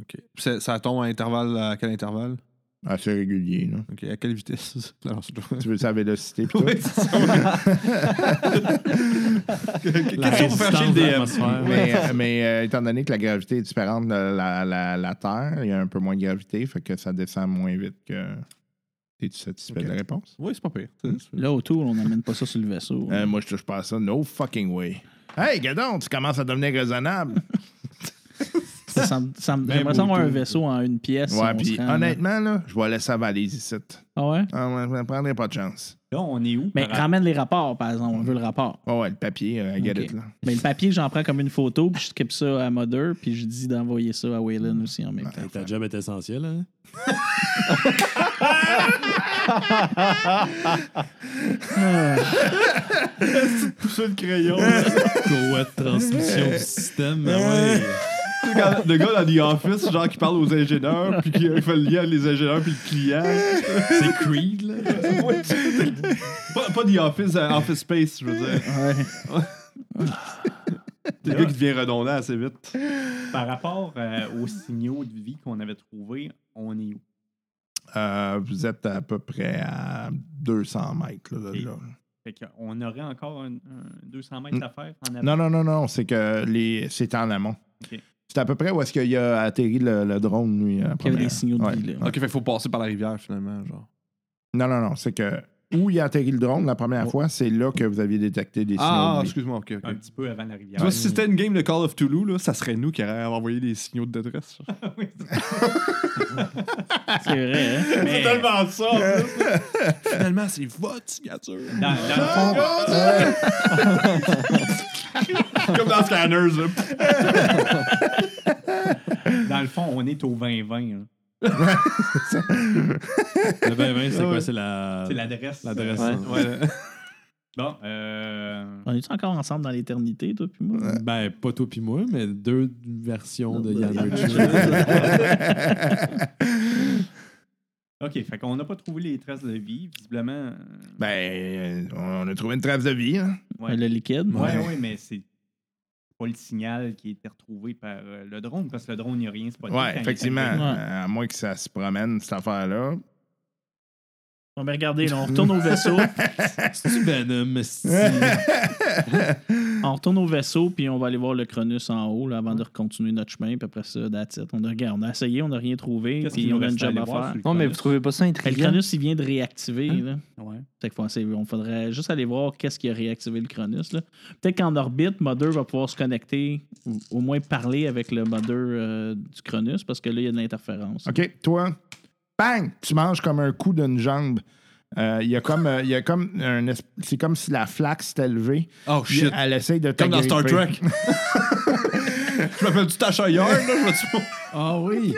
Puis ça- ça tombe à intervalle à quel intervalle?
Assez régulier,
(laughs)
là.
OK. À quelle vitesse? (laughs) Non, c'est
Tu veux sa vélocité, pis tout?
Ouais, c'est
(laughs)
ça, ouais. Question pour faire chier le DM.
Mais, euh, mais, euh, étant donné que la gravité est différente de la, la- la Terre, il y a un peu moins de gravité, fait que ça descend moins vite que. Es-tu satisfait de la réponse?
Oui, c'est pas pire.
Là, autour, on n'amène pas ça sur le vaisseau.
Euh, moi, je touche pas à ça. No fucking way. Hey, gadon, tu commences à devenir
(laughs)
raisonnable.
Ça semble- ça me-
Ben,
J'aimerais ça avoir
beau
un
tout.
vaisseau en une pièce.
ouais,
on
puis
se rend, là.
honnêtement, là, je vais laisser la valise ici.
Ah ouais?
Ah, ouais, je ne prendrai pas de chance.
Là, on est où?
Mais
euh,
par-
ramène les rapports, par exemple. On veut le rapport.
Ouais, ouais, le papier, euh, I get
Ok.
it, là.
Mais le papier, j'en prends comme une photo, puis je skip ça à Mother, puis je dis d'envoyer ça à Waylon aussi en même temps.
Ouais.
Ta job est essentielle, hein?
Pousser le crayon.
Courroie de transmission du système, mais ouais.
Quand le gars dans The Office, genre qui parle aux ingénieurs, puis qui euh, fait le lien entre les ingénieurs puis le client.
C'est Creed, là.
Ouais, tu sais, c'est- (laughs) pas, pas The Office, euh, Office Space, je veux dire. C'est le gars qui devient redondant assez vite.
Par rapport euh, aux signaux de vie qu'on avait trouvés, on est où?
Euh, vous êtes à peu près à 200 mètres, là, de
Et-
là.
Fait qu'on aurait encore un, un 200 mètres
Mm.
à faire en avant.
Non, non, non, non, c'est que les... c'est en amont.
Ok.
C'est à peu près où est-ce qu'il y a atterri le, le drone, lui. euh,
Il y avait
première.
des signaux de
Ouais.
vie, là.
OK, fait qu'il faut passer par la rivière, finalement. genre.
Non, non, non, c'est que où il a atterri le drone la première
Oh.
fois, c'est là que vous aviez détecté des signaux.
Ah, ah,
de vie.
excuse-moi. OK, OK.
Un petit peu avant la rivière.
Tu vois, si c'était une game de Call of Toulouse, là, ça serait nous qui aurions envoyé des signaux de détresse. genre.
C'est
(laughs)
vrai, hein?
Mais
Tellement ça.
Finalement, c'est votre signature.
dans, dans le fond,
Comme dans Scanners. là.
dans le fond, on est au hein. 20-20. là.
Le 20-20, c'est quoi? C'est la.
C'est l'adresse.
l'adresse.
euh,
hein.
Ouais, là.
Bon, euh,
On est encore ensemble dans l'éternité, toi puis moi?
Ben, pas toi pis moi, mais deux versions de Yann Ritchie.
(laughs)
OK, fait qu'on n'a pas trouvé les traces de vie, visiblement. euh,
(laughs) Ben, euh, on a trouvé une trace de vie. hein.
ouais.
Le liquide?
Ouais, ouais, mais c'est pas le signal qui a été retrouvé par euh, le drone, parce que le drone, il n'y a rien spoté. quand il
Ouais,
est
effectivement.
arrivé.
Euh, À moins que ça se promène, cette affaire-là.
Bon, ben regardez, là, on retourne
(laughs)
au vaisseau.
C'est-tu Venom, esti?
on retourne au vaisseau, puis on va aller voir le Cronus en haut là, avant de continuer notre chemin. Puis après ça, that's it. On a, regarde, on a essayé, on n'a rien trouvé,
Qu'est-ce
puis
qu'il
on
nous
a une
reste à
job
aller
à
voir
faire.
sur le
Non, mais
Cronus?
vous trouvez pas ça
Ben, Le
intriguant?
Cronus, il vient de réactiver. Là.
Ouais.
Fait qu'il faut essayer- on faudrait juste aller voir qu'est-ce qui a réactivé le Cronus. là. Peut-être qu'en orbite, Mother va pouvoir se connecter, ou au moins parler avec le Mother euh, du Cronus, parce que là, il y a de l'interférence.
OK, toi, bang, tu manges comme un coup d'une jambe. Euh, Il y a comme, euh, il y a comme un es- c'est comme si la flaque s'était levée.
Oh,
Puis
shit.
Elle essaye de te
Comme dans Star
gripper.
Trek. Je m'appelle-tu Tachailleur, là? Je me suis-
Ah oui!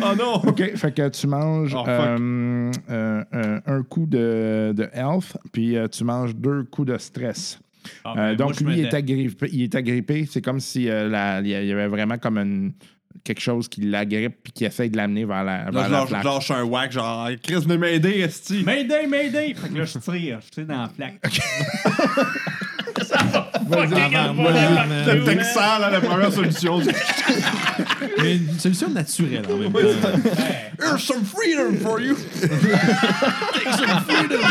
Oh non!
(laughs) OK, fait que tu manges
Oh, fuck.
euh, euh, euh, un coup de, de health, puis euh, tu manges deux coups de stress.
Ah,
Euh,
ben, moi,
donc,
je me
lui, il est,
dé-
agrippé, il est agrippé. C'est comme si euh, la- il y avait vraiment comme une- quelque chose qui l'agrippe puis qui essaie de l'amener vers la, vers
Là,
la
je lâche-
flaque.
je lâche un whack, genre, Chris, venez m'aider, Esti.
Mayday, Mayday! Fait que là, je tire, je tire dans
(laughs)
la plaque.
C'est le Texan, là, la première solution.
Mais une solution naturelle en même temps.
Here's some freedom for you! Take some freedom!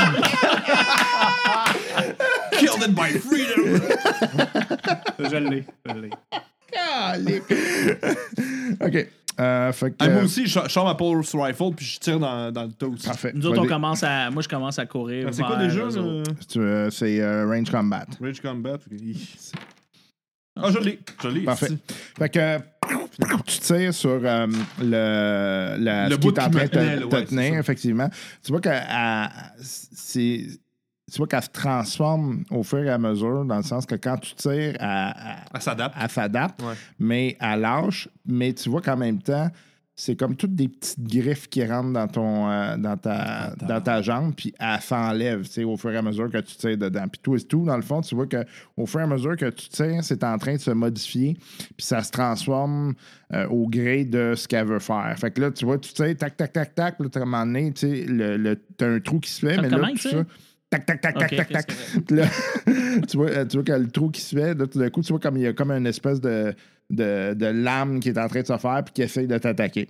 (laughs) Killed it by freedom!
je l'ai, je l'ai.
OK. Euh, fait que,
Ah, moi aussi, je je sors ma pulse rifle puis je tire dans, dans le Ben, dos. aussi.
Parfait.
Nous autres, on
Vas-y.
commence à. Moi, je commence à courir.
Ah, C'est quoi
vers
déjà,
eux autres.
le
Tu, euh, C'est euh, range combat.
Rage Combat? Ah, je l'ai. Je l'ai.
Parfait.
esti.
Fait que tu tires sur euh, le, la-
Le
ce qui
bout
est en
qui
train
me
de
tenait, là,
te, te
ouais, c'est
tenir,
ça.
effectivement. Tu vois que elle- c'est- tu vois qu'elle se transforme au fur et à mesure, dans le sens que quand tu tires, elle- elle-
Elle s'adapte.
elle s'adapte,
Ouais.
mais elle lâche, mais tu vois qu'en même temps, c'est comme toutes des petites griffes qui rentrent dans, ton, euh, dans, ta,
Dans ta-
dans ta jambe, puis elle s'enlève tu sais, au fur et à mesure que tu tires dedans. Puis tout et tout, dans le fond, tu vois que au fur et à mesure que tu tires, c'est en train de se modifier, puis ça se transforme euh, au gré de ce qu'elle veut faire. Fait que là, tu vois, tu tires, tac, tac, tac, tac, puis là, à un moment donné, tu sais, le, le- t'as un trou qui se fait,
Ça
mais là,
commence,
tout
ça?
ça, tac, tac, tac,
Ok,
tac, tac,
ok,
tac.
c'est vrai.
Puis là, tu vois, euh, tu vois que le trou qui se fait, là, tout d'un coup, tu vois comme il y a comme une espèce de, de, de lame qui est en train de se faire puis qui essaye de t'attaquer.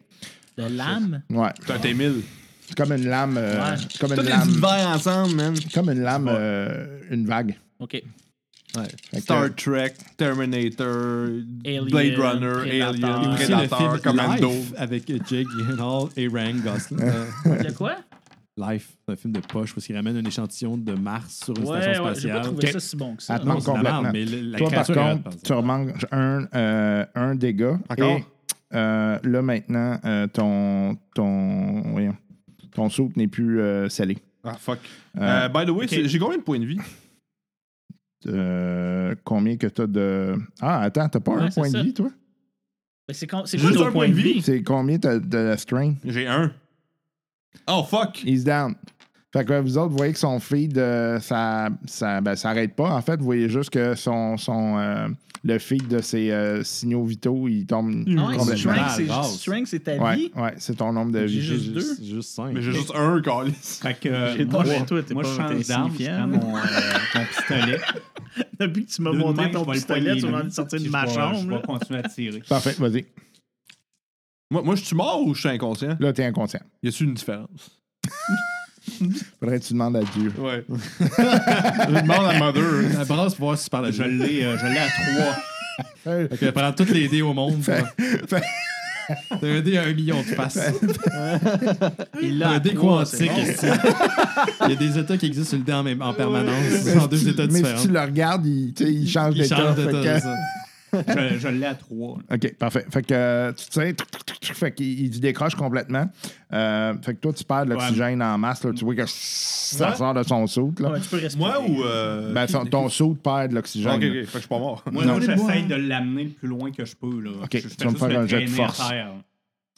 De l'âme?
Ouais.
T'es mille.
C'est comme une lame. euh,
Ouais.
Comme
Tous
une
les
lame.
univers ensemble, man.
Comme une lame, euh, une vague.
OK.
Fait que,
Star Trek, Terminator, Blade Runner,
Predator. Et
Alien,
aussi
C'est le film
Predator, Commando.
Life avec Jake Gyllenhaal et Ryan Gosling. Euh,
De quoi?
Life, c'est un film de poche parce qu'il ramène un échantillon de Mars sur une
Ouais,
station
ouais, j'ai pas
spatiale.
trouvé
Ok.
ça si bon que ça.
Ça te manque
c'est de la
complètement.
merde, mais le- la
Toi, par
créature est hot,
contre,
par exemple.
tu remanges un, euh, un dégât.
Encore?
Et, euh, là, maintenant, euh, ton, ton, voyons, ton soupe n'est plus euh, salé.
Ah, fuck.
Euh,
Euh, by the way, c'est- j'ai combien de points de vie?
euh, combien que t'as de. Ah, attends, t'as pas
Ouais,
un
c'est
point de
ça. (laughs)
vie, toi?
Mais c'est con- c'est quoi
Juste
ton
un point de vie?
C'est combien t'as de la strain?
J'ai un. Oh, fuck!
He's down. Fait que vous autres, vous voyez que son feed, euh, ça, ça, ben, ça arrête pas. En fait, vous voyez juste que son, son, euh, le feed de ses euh, signaux vitaux, il tombe.
Ah ouais,
complètement.
c'est strength,
Ah,
c'est
base.
strength, c'est ta
Ouais,
vie.
ouais, c'est ton nombre de
J'ai
vies.
juste deux.
Juste- Juste cinq.
Mais j'ai juste un, calice.
Fait que euh,
J'ai
moi,
pas-
je-
toi, t'es
moi,
pas-
je
t'es
change d'arme, je prends
signifiant.
mon, euh,
(laughs)
mon pistolet.
Depuis que tu m'as
D'une main,
montré
je
ton
vais le
pistolet,
poigner,
tu m'as envie
lui,
de sortir
puis
de
je
ma
vais- Je
chambre.
vais
là.
continuer à tirer.
Parfait, vas-y.
Moi, moi, je suis mort ou je suis inconscient?
Là, t'es inconscient.
Y a-tu une différence?
Faudrait que tu demandes à Dieu.
Ouais. je demande à Mother.
(laughs) La brasse pour voir si tu parles à
Je
Dieu.
l'ai euh, je l'ai à 3.
Fait-
Fait que prends toutes les dés au monde.
Fait-
quoi. T'as un dé à un million de faces.
Il
T'as
l'a
un
à
dé
trois,
quantique.
c'est bon.
est-ce que- Il y a des états qui existent sur le dé en, même- en permanence, en deux états
mais si
différents.
tu le regardes, il, tu sais, il change
Il
d'état.
change
fait
d'état.
que-
ça.
Je, je l'ai à 3.
OK, parfait. Fait que euh, tu tires, tuc, tuc, tuc, tuc, fait qu'il il décroche complètement. Euh, fait que toi, tu perds de l'oxygène en masse. là. tu vois que ça
Ouais.
sort de son soute. Là.
Ouais, tu peux respirer.
Moi ou. Euh...
Ben, son- ton saut perd de l'oxygène.
ok, ok,
là.
fait que je suis pas mort.
Moi,
Non.
moi, j'essaye de l'amener le plus loin que je peux. Là.
Ok,
je, je
tu
fais
vas me
juste
faire
le
un jet de
traîner à
force.
terre.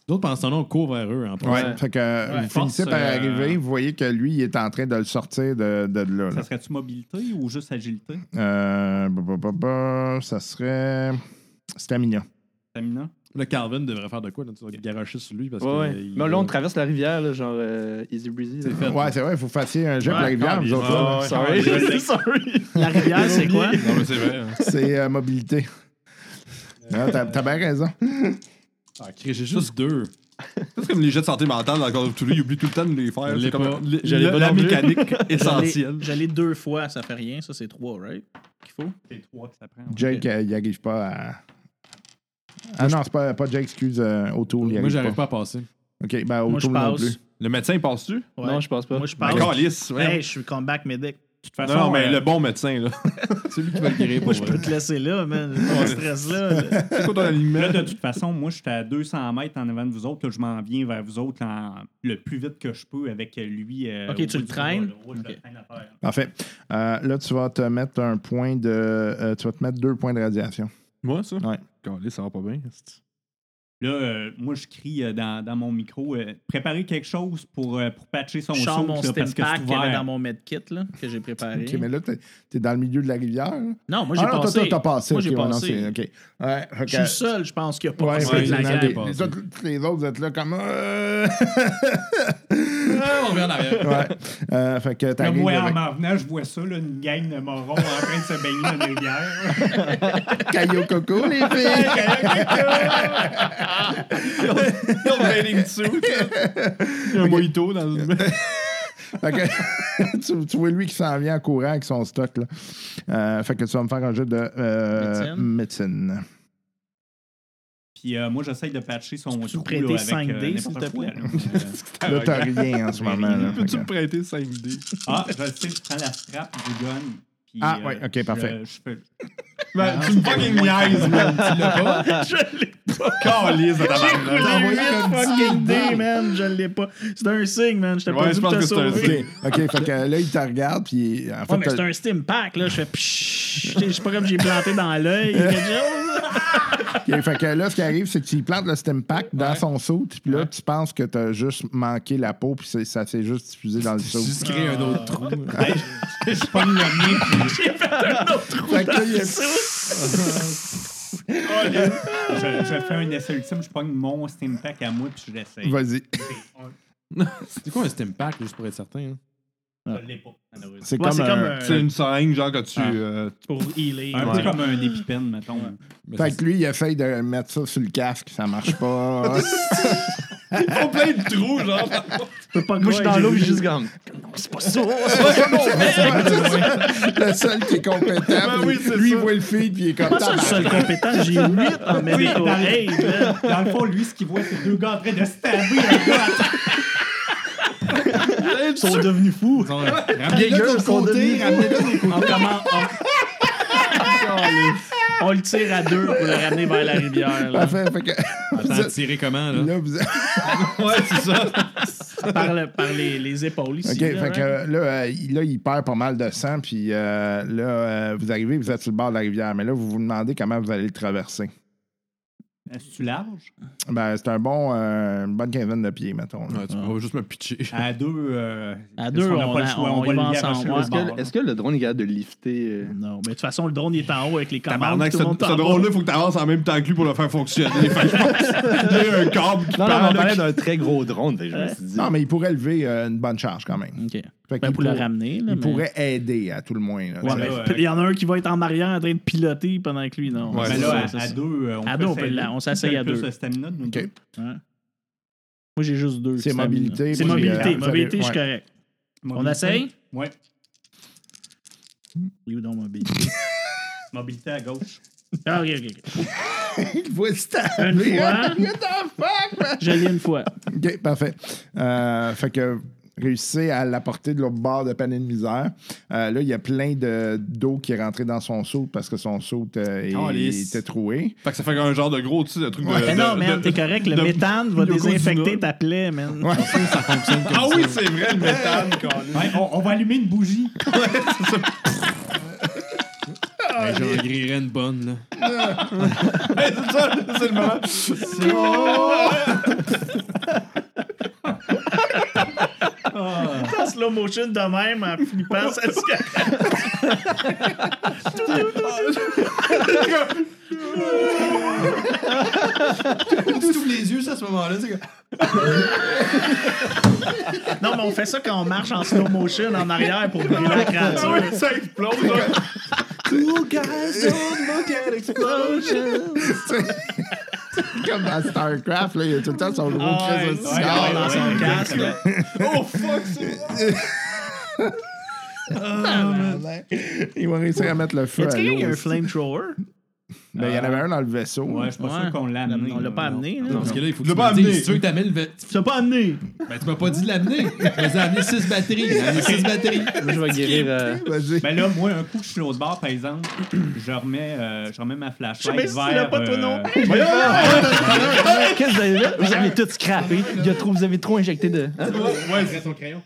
D'autres, pendant ce temps-là, on court vers eux en premier.
Ouais, fait que euh, vous
force,
finissez par
euh,
arriver, vous voyez que lui, il est en train de le sortir de, de là. là.
Ça serait-tu mobilité ou
(laughs)
juste agilité?
Euh, ba, ba, ba, ba, bah, ça serait stamina.
Stamina?
Le Calvin devrait faire de quoi? là? Tu vas garocher sur lui parce
Ouais, ouais.
que... il-
Mais là, on traverse la rivière, là, genre euh, Easy Breezy. là.
fait.
Ouais, c'est vrai, il faut que vous fassiez un jet pour la rivière, vous autres. là.
Ah, sorry. sorry.
(laughs) La rivière, c'est
(laughs)
quoi?
Non, mais c'est vrai. hein.
C'est euh, mobilité. Ah, T'as t'as bien raison.
Ah, Chris, J'ai juste deux.
C'est comme les jets de santé mentale dans Call of Duty, ils oublient tout le temps de les faire.
Je l'ai
C'est
pas.
comme le-
J'allais
le-
pas
la
non
(laughs)
plus.
mécanique essentielle.
J'allais- J'allais deux fois, ça fait rien. Ça, c'est trois, right? Qu'il faut?
C'est 3 que ça prend.
Jake, euh, il n'arrive pas à. Ah non, c'est pas, pas Jake, excuse, euh, autour, il
Moi,
arrive
j'arrive
pas.
pas à passer.
Ok, ben
Moi, je
autour non
passe.
plus.
Le médecin, il passe-tu?
Ouais.
Non, je pense pas.
Moi, je
Ben,
passe.
calice, ouais.
Hey, je suis comeback medic.
De toute façon,
Non, non, mais
euh,
le bon médecin, (laughs) là.
Celui qui va le guérir pour
Moi, je peux te laisser là, man. J'ai pas de stress là. là.
C'est quoi ton aliment?
là, de toute façon, moi, j'étais à 200 mètres en avant de vous autres. là, je m'en viens vers vous autres en- le plus vite que je peux avec lui. euh,
Ok,
au
tu
bout
le
du
traînes?
bras, là. Ouais, je le
Ok.
traîne à terre.
Parfait. Euh, là, tu vas te mettre un point de. euh, tu vas te mettre deux points de radiation.
Moi, ça?
Ouais.
Calice, ça va pas bien.
Là, euh, moi, je crie euh, dans, dans mon micro euh, préparez quelque chose pour, euh, pour patcher son
Je sors
saut
mon
là,
stem
parce que
pack
c'est
qu'il y avait dans
ouvert.
mon medkit là, que j'ai préparé.
Ok, mais là, t'es es dans le milieu de la rivière. là.
Non, moi,
ah
j'ai
non, toi,
passé.
toi, t'as passé.
Moi,
ok,
j'ai
ouais, non,
passé.
c'est- ok. Ouais, ok.
Je suis le seul, je pense, qui a pas
Ouais,
passé
ouais,
de la
non,
guerre.
les,
guerre.
les autres, tous les autres, vous êtes là comme. euh, (laughs)
On revient en (laughs) arrière.
ouais. Euh, fait que
Comme
t'arrives
moi, en
avec
m'en venant, je vois ça, là, une gang de morons en train de se baigner dans
(laughs)
les rivières.
Caillou Coco, les filles.
Ils ont raining suit. Il y a un mojito dans une.
Fait que- (laughs) tu, tu vois lui qui s'en vient en courant avec son stock. Là. Euh, fait que tu vas me faire un jeu de euh,
Médecine.
médecine.
Puis euh, moi, j'essaye de patcher son
peux-tu
trou
me prêter
là, avec
5D,
euh,
s'il
n'importe
te
quoi,
plaît?
là. Euh,
Ah,
Là, t'as rien en
(laughs)
ce moment. là. Fait
Peux-tu
que-
me prêter 5D?
ah, je le sais, je prends la strap du gun. puis,
Ah, ouais, ok,
je-
parfait.
je fais-
Ben, tu me fucking niaises, man. Tu l'as pas? Calice, de ta
J'ai
barbe.
roulé fucking dé, man. Je l'ai pas. C'est un signe, man. J'étais
Ouais,
pas
je
dû
pense
te
que c'est un signe.
sauver.
(laughs) Ok, ok, fait que là, il te regarde, puis en fait,
Ouais, mais c'est
t'as-
un steam pack, là. Je fais pshhh. Je sais pas comme j'ai planté dans l'œil. quelque chose.
ok, fait que là, ce qui arrive, c'est qu'il plante le stem pack dans son saut, puis là, tu penses que t'as juste manqué la peau, puis c'est- ça s'est juste diffusé dans le saut.
Juste créer un autre trou.
Hey, ben, je- je pogne le mien, puis
Fait que là, il y a-
je, je fais un essai ultime, je pogne mon steam pack à moi, puis je l'essaye.
Vas-y.
C'est quoi un stem pack, juste pour être certain? hein?
Ah.
Je l'ai pas, malheureusement.
C'est
Ouais,
comme,
c'est comme,
un-
euh,
C'est une seringue, genre, que tu.
Ah.
euh, tu-
Pour healer.
Un
Un
peu
peu comme un épipène, mettons.
Fait que lui, il essaye de mettre ça sur le casque, ça marche pas.
Ils font plein de trous, genre.
(laughs)
Moi, je suis dans l'eau, puis je suis juste comme.
le seul qui est compétent. puis
oui, c'est
lui, il
ça.
voit le feed, puis il est comme
Pas ça, le seul compétent, j'ai 8 en médico aid. là.
Dans le fond, lui, ce qu'il voit, c'est deux gars en train de stabber un gars.
Ils sont devenus fous.
Ramenez-le de l'autre côté, ramenez-le de l'autre côté.
On commence. On... on le tire à deux pour le ramener vers la rivière. là.
Parfait, fait que-
Attends, tirer comment,
(laughs)
là?
là, vous-
Ouais,
(laughs)
c'est ça.
Par, le- par les, les épaules ici.
OK,
là,
fait que
hein.
là, euh, il- là, il perd pas mal de sang, puis euh, là, euh, vous arrivez, vous êtes sur le bord de la rivière, mais là, vous vous demandez comment vous allez le traverser.
Est-ce que tu larges?
Ben, c'est un bon, euh, une bonne quinzaine de pieds, mettons. là.
Ouais, Ah, tu vas juste me pitcher.
À deux. euh,
À deux,
n'a
on
pas le
a-
choix.
on
On, va
y
le
va
lier à
ensemble.
Rochelle,
Est-ce
Est-ce
le
que,
bord.
est-ce que le drone est capable de lifter euh,
Non, mais de toute façon, le drone il est en haut avec les commandes.
Tabarnak,
Tout
ce
le monde est en
ce
bas.
drôle-là, il faut que t'avances en même temps que lui pour le faire fonctionner. (laughs) Fait que je pense qu'il y a un câble qui
Non, non, mais
part,
on
là,
parlait d'un très gros drone déjà. je me suis dit.
Non, mais il pourrait lever euh, une bonne charge quand même.
OK.
Fait
Ben,
qu'il
pour le
pour-
ramener. Là,
Il
mais-
pourrait aider à tout le moins. là, (laughs)
Ouais,
tu sais.
mais
Puis Il y en a un qui va être en arrière en train de piloter pendant que lui, non.
Ouais,
Mais
C'est
là,
ça,
à-
c'est
à
ça.
deux, euh, on
À
peut
deux, on peut
s'aider.
la- on s'essaye
Quelqu'un
à deux.
plus de stamina de nous
OK.
deux.
Moi, j'ai juste deux.
C'est
stamina.
mobilité,
C'est
moi, j'ai-
mobilité.
euh,
Mobilité, je suis
vous
correct. On
Mobilité.
essaye?
Ouais.
Oui ou non, mobilité.
(laughs) Mobilité à gauche.
Ah, OK, OK, OK.
Il voit se taper.
Une
(laughs)
fois.
What the fuck, man?
Je l'ai une fois.
OK, parfait. Euh, fait que réussissez à l'apporter de l'autre bord de panier de misère. Euh, là, il y a plein de- d'eau qui est rentrée dans son saut parce que son saut euh, est-
Oh, les-
était troué.
Fait que ça fait un genre de gros, tu sais, de truc de.
Mais
de-
non,
de-
man, t'es correct. Le
de-
méthane va
de
désinfecter
Godzilla.
ta plaie, man.
Ah oui, c'est vrai, le métal, Colin.
Ouais, on, on va allumer une bougie.
Ben, J'en grillerais une bonne, là.
Ouais, C'est ça, c'est le moment.
En slow motion de même, en flippant, ça se
tu ouvres les yeux, ça, à ce moment-là, c'est comme...
Non, mais on fait ça quand on marche en slow motion en arrière pour brûler la créature.
Ouais, Ça explose, là.
Comme dans StarCraft, là, il y a tout le temps son gros
Ah, ouais,
crise de
ouais,
cigare.
dans son casque. là.
Oh fuck, c'est.
Ah,
Il va réussir à mettre le feu
Y a-t-il
à
quelqu'un qui a
l'eau.
un flamethrower?
Ben, Il y en avait un dans le vaisseau.
Ouais, je suis pas
Ouais.
sûr qu'on l'a amené.
On l'a pas
là.
amené, là.
Parce que là, il faut que
Je l'ai
tu
pas
me dises,
amené.
si tu veux que t'amènes le... ve-
Tu l'as pas amené!
Ben, tu m'as pas dit de l'amener. Tu m'as dit amener 6 batteries. Amener 6 batteries.
Moi, je vais guérir. euh,
Vas-y.
Ben là, moi, un coup que je suis l'autre bord, par exemple, (clears throat) je remets, euh, je remets ma flashlight
Je sais
vers...
pas si tu l'as pas, toi, non
euh,
Voyons!
Qu'est-ce que vous avez là? Vous avez tout scrappé. Il y a trop, vous avez trop injecté de. hein?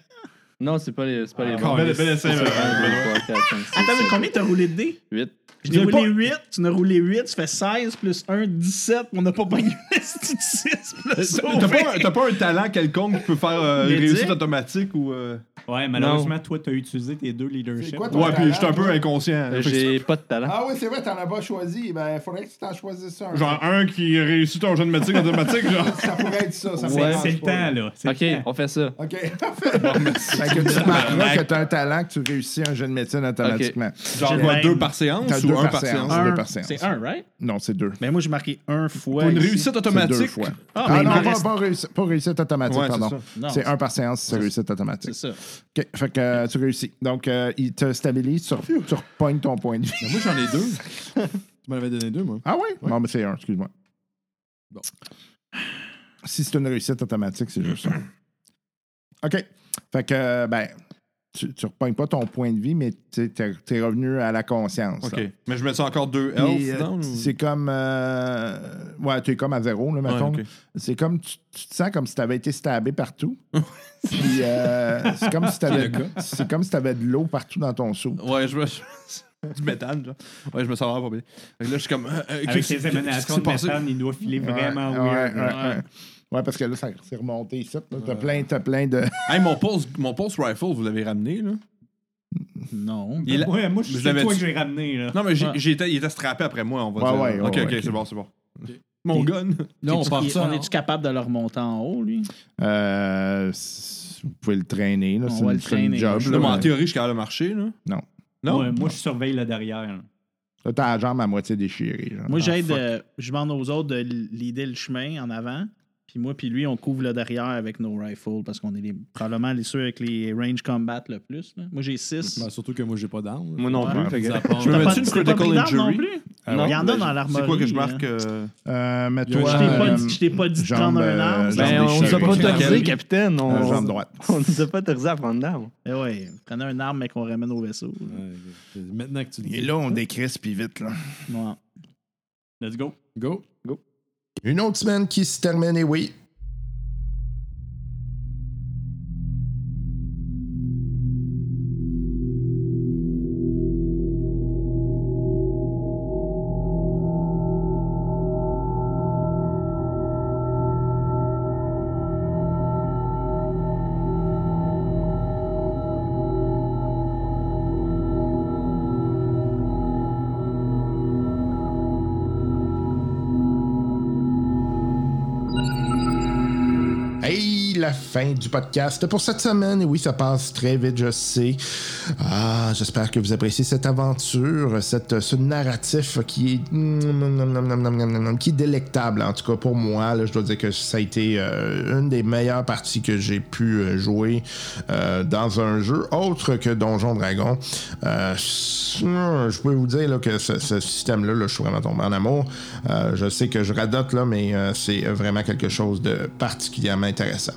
Non, c'est pas les, c'est pas les bons.
Bel bel essai, là.
Attends, mais combien t'as roulé de dés?
8.
J'ai roulé 8, tu n'as roulé 8, tu fais 16 plus 1, 17, on n'a pas pogné (laughs) le sti de 6 plus
T'as pas, un-
un.
t'as pas un talent quelconque qui peut faire euh,
Médic?
réussite automatique ou. euh,
Ouais, malheureusement, toi, t'as utilisé tes deux leaderships.
C'est quoi ton-
Ouais, puis j'étais un peu inconscient. là. Fait que
J'ai pas de talent.
Ah oui, c'est vrai, t'en as pas choisi. Ben, il faudrait que tu t'en choisisses un.
c'est Genre un qui réussit ton jeu de médecine automatique, genre.
Ça pourrait être ça. ça
Ouais.
C'est
m'arrange
c'est le
pas, là.
temps, là. C'est
Ok,
le temps.
on fait ça.
OK, parfait. (laughs) Fait que tu remarqueras que t'as un talent que tu réussis un jeu de médecine automatiquement.
(laughs) Genre
J'ai
quoi,
même-
deux par séance
T'as
ou
deux
un
par
par
séance.
séance?
deux
Un,
par séance.
C'est 1, right?
Non, c'est deux.
Ben moi j'ai marqué 1 fois.
Pour une
ici.
réussite
C'est deux
automatique.
fois.
Ah,
Ah,
mais il
non,
m'en
pas,
reste-
pas réussite, pas réussite automatique,
Ouais, c'est
pardon.
Non,
C'est un par séance, c'est réussite automatique.
C'est ça.
OK, fait que euh, tu réussis. Donc, euh, il te stabilise, tu, re- tu repognes ton point de vie.
Ben, moi, j'en ai deux. Tu m'en avais donné deux, moi.
Ah oui? Non, mais c'est un, excuse-moi.
Bon.
Si c'est une réussite automatique, c'est juste ça. OK. Fait que, euh, ben, tu, tu repognes pas ton point de vie, mais tu es revenu à la conscience. là.
Ok. Mais je mets ça encore deux
Puis,
health,
euh,
non? ou-
C'est comme. euh, ouais, tu es comme à zéro, là,
Ouais,
mettons.
ok.
C'est comme. Tu, tu te sens comme si tu avais été stabé partout. Puis, euh, c'est comme si tu avais, c'est comme si t'avais de l'eau partout dans ton seau.
Ouais, je me. (laughs) du méthane, genre. Ouais, je me sens vraiment pas bien. Fait que là, je suis comme. euh, euh,
Avec
qu'est-ce-
ses
qu'est-ce qui
émanations
s'est
de
passé?
méthane, il doit filer vraiment
ouais,
weird.
ouais, ouais, ouais. Ouais, parce que là, ça s'est remonté ici. là. T'as plein, t'as plein de.
Hey, mon pulse, mon pulse rifle, vous l'avez ramené, là?
Non.
Il est là-
Ouais, moi, je
Je
suis
l'avais
toi que
dit.
j'ai ramené, là.
Non, mais j'ai- j'ai été- il était strappé après moi, on va
Ouais,
dire.
ouais, ouais,
ok, ok,
ouais,
c'est bon, c'est bon. Mon
Et-
gun.
Là, on
Est-tu-
part ça.
On est-tu capable de le remonter en haut, lui?
Euh, s- vous pouvez le traîner. Là,
On
c'est
va
une-
le
c'est
traîner.
une job.
Je
là,
Non, mais en
mais-
théorie, je suis capable de marcher, là.
Non.
Non?
Ouais, moi, je surveille le derrière. là.
Là, t'as la jambe à moitié déchirée. genre.
Moi,
Ah,
j'aide,
fuck.
euh, je demande aux autres de l'idée le chemin en avant. Puis moi, puis lui, on couvre le derrière avec nos rifles parce qu'on est les- probablement les ceux avec les range combat le plus. là. Moi, j'ai 6.
Ben, surtout que moi, j'ai pas d'arme. là.
Moi non
Ouais.
plus. fait que-
Ça part.
Je me
T'as
mets-tu une critical
non
injury?
plus.
Ah
Il y
ouais?
en a dans l'armoire.
C'est quoi que je marque?
hein.
euh,
Euh, mais
Il y a un-
toi,
Je t'ai pas,
euh,
dit- je t'ai pas dit de
jambe,
prendre un
euh,
arbre.
jambe
Ben, on nous a
déchirée.
pas autorisé,
Jambe-
capitaine.
euh,
On
jambe droite.
on nous a pas autorisé à prendre d'armes.
Eh ouais, prenez un arbre, mais qu'on ramène au vaisseau.
Ouais, c'est- Maintenant que tu le
Et
dis.
là, on décrisse puis vite. Là.
Ouais.
Let's go.
Go.
Une autre semaine qui se termine, et oui. Hey, la fin du podcast pour cette semaine. Et oui, ça passe très vite, je sais. Ah, j'espère que vous appréciez cette aventure, cette, ce narratif qui est qui est délectable. En tout cas, pour moi, là, je dois dire que ça a été euh, une des meilleures parties que j'ai pu euh, jouer euh, dans un jeu autre que Donjon Dragon. Euh, je peux vous dire là, que ce, ce système-là, là, je suis vraiment tombé en amour. Euh, je sais que je radote, là, mais euh, c'est vraiment quelque chose de particulièrement intéressant.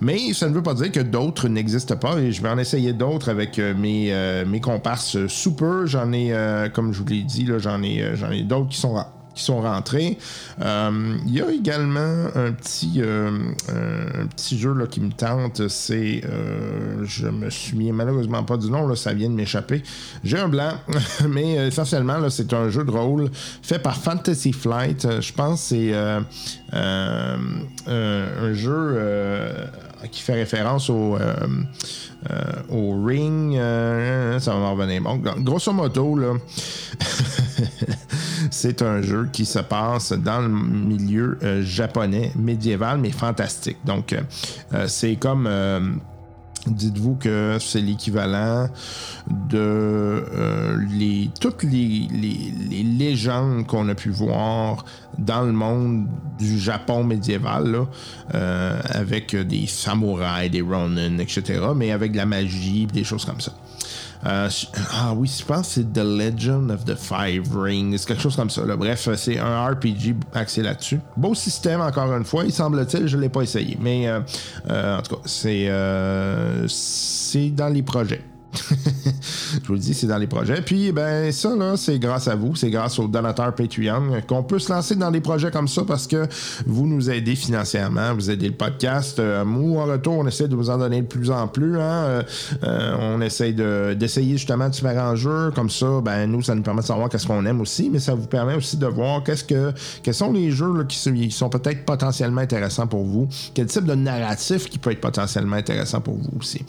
Mais ça ne veut pas dire que d'autres n'existent pas et je vais en essayer d'autres avec euh, mes, euh, mes comparses sous peu. J'en ai, euh, comme je vous l'ai dit, là, j'en ai, euh, j'en ai d'autres qui sont ra- qui sont rentrés. Euh, Il y a également un petit, euh, un petit jeu là, qui me tente, c'est... euh, je me souviens malheureusement pas du nom, là, ça vient de m'échapper. J'ai un blanc, (laughs) mais euh, essentiellement, là, c'est un jeu de rôle fait par Fantasy Flight. Euh, Je pense que c'est euh, euh, euh, un jeu euh, qui fait référence au, euh, euh, au Ring. euh, ça va m'en revenir. Bon, gr- grosso modo, là, (laughs) c'est un jeu qui se passe dans le milieu euh, japonais médiéval, mais fantastique. Donc, euh, euh, c'est comme. euh, Dites-vous que c'est l'équivalent de euh, les, toutes les, les- les légendes qu'on a pu voir dans le monde du Japon médiéval, là, euh, avec des samouraïs, des ronin, etc., mais avec de la magie, des choses comme ça. Euh, je- ah oui, je pense que c'est The Legend of the Five Rings, quelque chose comme ça. là. Bref, euh, c'est un RPG axé là-dessus. Beau système, encore une fois, il semble-t-il, je ne l'ai pas essayé. Mais euh, euh, en tout cas, c'est euh, c'est dans les projets. (laughs) je vous le dis, c'est dans les projets. Puis, ben, ça, là, c'est grâce à vous, c'est grâce aux donateurs Patreon qu'on peut se lancer dans des projets comme ça parce que vous nous aidez financièrement, vous aidez le podcast. Euh, moi, en retour, on essaie de vous en donner de plus en plus. hein. Euh, euh, on essaie de- d'essayer justement différents jeux. Comme ça, ben, nous, ça nous permet de savoir qu'est-ce qu'on aime aussi, mais ça vous permet aussi de voir qu'est-ce que, quels sont les jeux là, qui se- qui sont peut-être potentiellement intéressants pour vous, quel type de narratif qui peut être potentiellement intéressant pour vous aussi.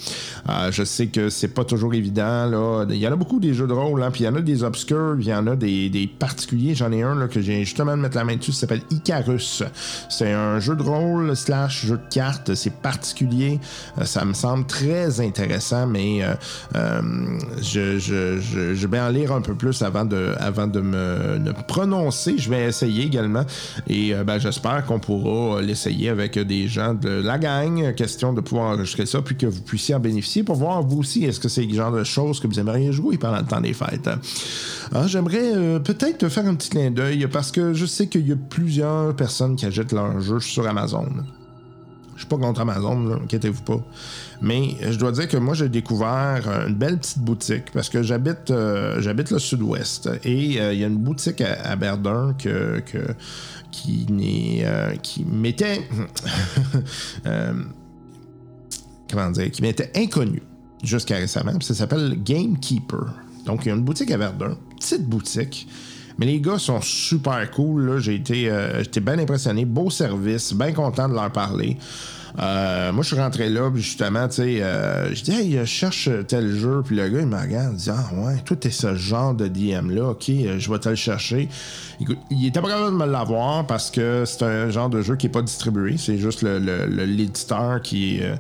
Euh, je sais que c'est pas toujours évident. Là. Il y en a beaucoup des jeux de rôle, hein, puis il y en a des obscurs, puis il y en a des, des particuliers. J'en ai un là, que j'ai justement de mettre la main dessus, ça s'appelle Icarus. C'est un jeu de rôle slash jeu de cartes. C'est particulier. Euh, ça me semble très intéressant, mais euh, euh, je, je- je- je vais en lire un peu plus avant de, avant de me de me prononcer. Je vais essayer également. Et euh, ben, j'espère qu'on pourra euh, l'essayer avec euh, des gens de la gang. Euh, Question de pouvoir enregistrer ça, puis que vous puissiez en bénéficier pour voir vous aussi, est-ce que c'est le genre de choses que vous aimeriez jouer pendant le temps des fêtes. Ah, J'aimerais euh, peut-être te faire un petit clin d'œil parce que je sais qu'il y a plusieurs personnes qui achètent leurs jeux sur Amazon. Je suis pas contre Amazon, là, inquiétez-vous pas. Mais euh, je dois dire que moi, j'ai découvert euh, une belle petite boutique parce que j'habite euh, j'habite le sud-ouest et euh, il y a une boutique à, à Verdun que, que- qui, n'est, euh, qui m'était. (laughs) euh, comment dire Qui m'était inconnue jusqu'à récemment. puis Ça s'appelle Gamekeeper. Donc, il y a une boutique à Verdun, petite boutique. Mais les gars sont super cool. là. J'ai été, euh, j'étais bien impressionné. Beau service, bien content de leur parler. Euh, moi, je suis rentré là, puis justement, tu sais, euh, je dis, hey, je cherche tel jeu, puis le gars, il me regarde, il dit, ah ouais, toi, t'es ce genre de DM-là, ok, euh, je vais te le chercher. Écoute, il était pas capable de me l'avoir parce que c'est un genre de jeu qui est pas distribué, c'est juste le- le- le- l'éditeur qui, euh,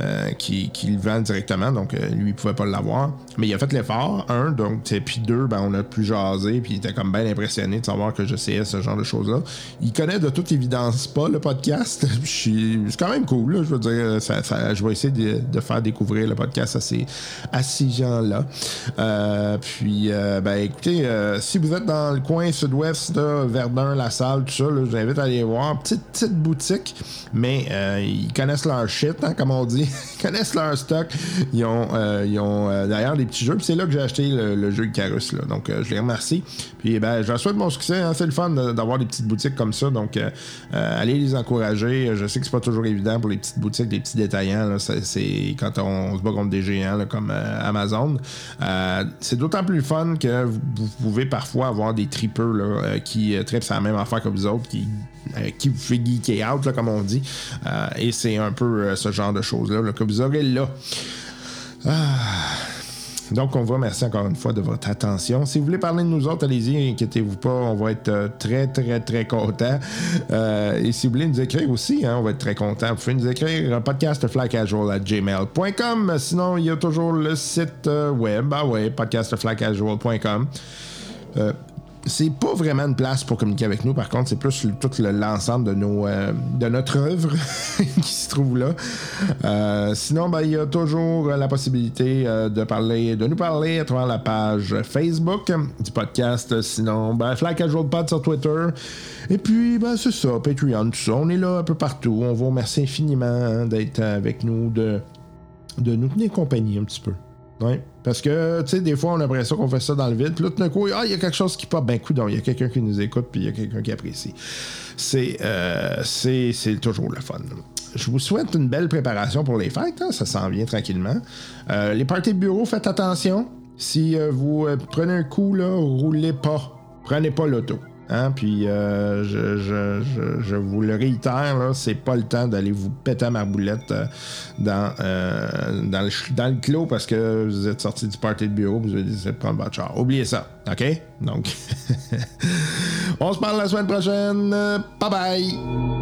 euh, qui, qui le vend directement, donc euh, lui, il pouvait pas l'avoir. Mais il a fait l'effort, un, donc, tu sais, puis deux, ben, on a plus jasé, puis il était comme bien impressionné de savoir que j'essayais ce genre de choses-là. Il connaît de toute évidence pas le podcast. (laughs) Je suis- C'est quand même cool, là, je veux dire. ça- ça- je vais essayer de, de faire découvrir le podcast à ces, à ces gens-là. Euh, puis, euh, ben, écoutez, euh, si vous êtes dans le coin sud-ouest, là, Verdun, La Salle, tout ça, là, je vous invite à aller voir. Petite, petite boutique, mais euh, ils connaissent leur shit, hein, comme on dit. (laughs) Ils connaissent leur stock. Ils ont, euh, ils ont euh, d'ailleurs des petits jeux. Puis c'est là que j'ai acheté le, le jeu Icarus. Là. Donc, euh, je les remercie. Puis, ben, je leur souhaite bon succès. hein. C'est le fun de- d'avoir des petites boutiques comme ça. Donc, euh, euh, allez les encourager. Je sais que c'est pas toujours évident pour les petites boutiques, les petits détaillants. là. Ça, C'est quand on se bat contre des géants là, comme euh, Amazon. Euh, c'est d'autant plus fun que vous, vous pouvez parfois avoir des tripeux là, euh, qui euh, tripent sur la même affaire que vous autres, qui, euh, qui vous fait geeker out, là, comme on dit. Euh, et c'est un peu euh, ce genre de choses-là là, que vous aurez là. Donc, on vous remercie encore une fois de votre attention. Si vous voulez parler de nous autres, allez-y, inquiétez-vous pas, on va être euh, très, très, très content. et si vous voulez nous écrire aussi, hein, on va être très content. Vous pouvez nous écrire euh, podcastflycasual@gmail.com. Sinon, il y a toujours le site euh, web, ah ouais, podcastflycasual.com. Euh, c'est pas vraiment une place pour communiquer avec nous, par contre, c'est plus le- tout le- l'ensemble de, nos, euh, de notre œuvre (laughs) qui se trouve là. Euh, sinon, ben, il y a toujours euh, la possibilité euh, de, parler, de nous parler à travers la page Facebook euh, du podcast. Sinon, ben, Fly Casual Pod sur Twitter. Et puis, ben, c'est ça, Patreon, tout ça. On est là un peu partout. On vous remercie infiniment hein, d'être avec nous, de, de nous tenir compagnie un petit peu. Ouais. Parce que, tu sais, des fois, on a l'impression qu'on fait ça dans le vide. Puis là, tout d'un coup, ah, il y a quelque chose qui pop. Ben, coudon, il y a quelqu'un qui nous écoute, puis il y a quelqu'un qui apprécie. C'est, euh, c'est, c'est toujours le fun. Je vous souhaite une belle préparation pour les fêtes. hein. Ça s'en vient tranquillement. Euh, les parties de bureau, faites attention. Si euh, vous euh, prenez un coup, là, roulez pas. Prenez pas l'auto. Hein, puis euh, je, je- je- je vous le réitère, là, c'est pas le temps d'aller vous péter à marboulette euh, dans, euh, dans, le, ch- dans le clos parce que vous êtes sorti du party de bureau, vous avez décidé de prendre votre char. Oubliez ça, OK? (laughs) Donc, on se parle la semaine prochaine. Bye bye!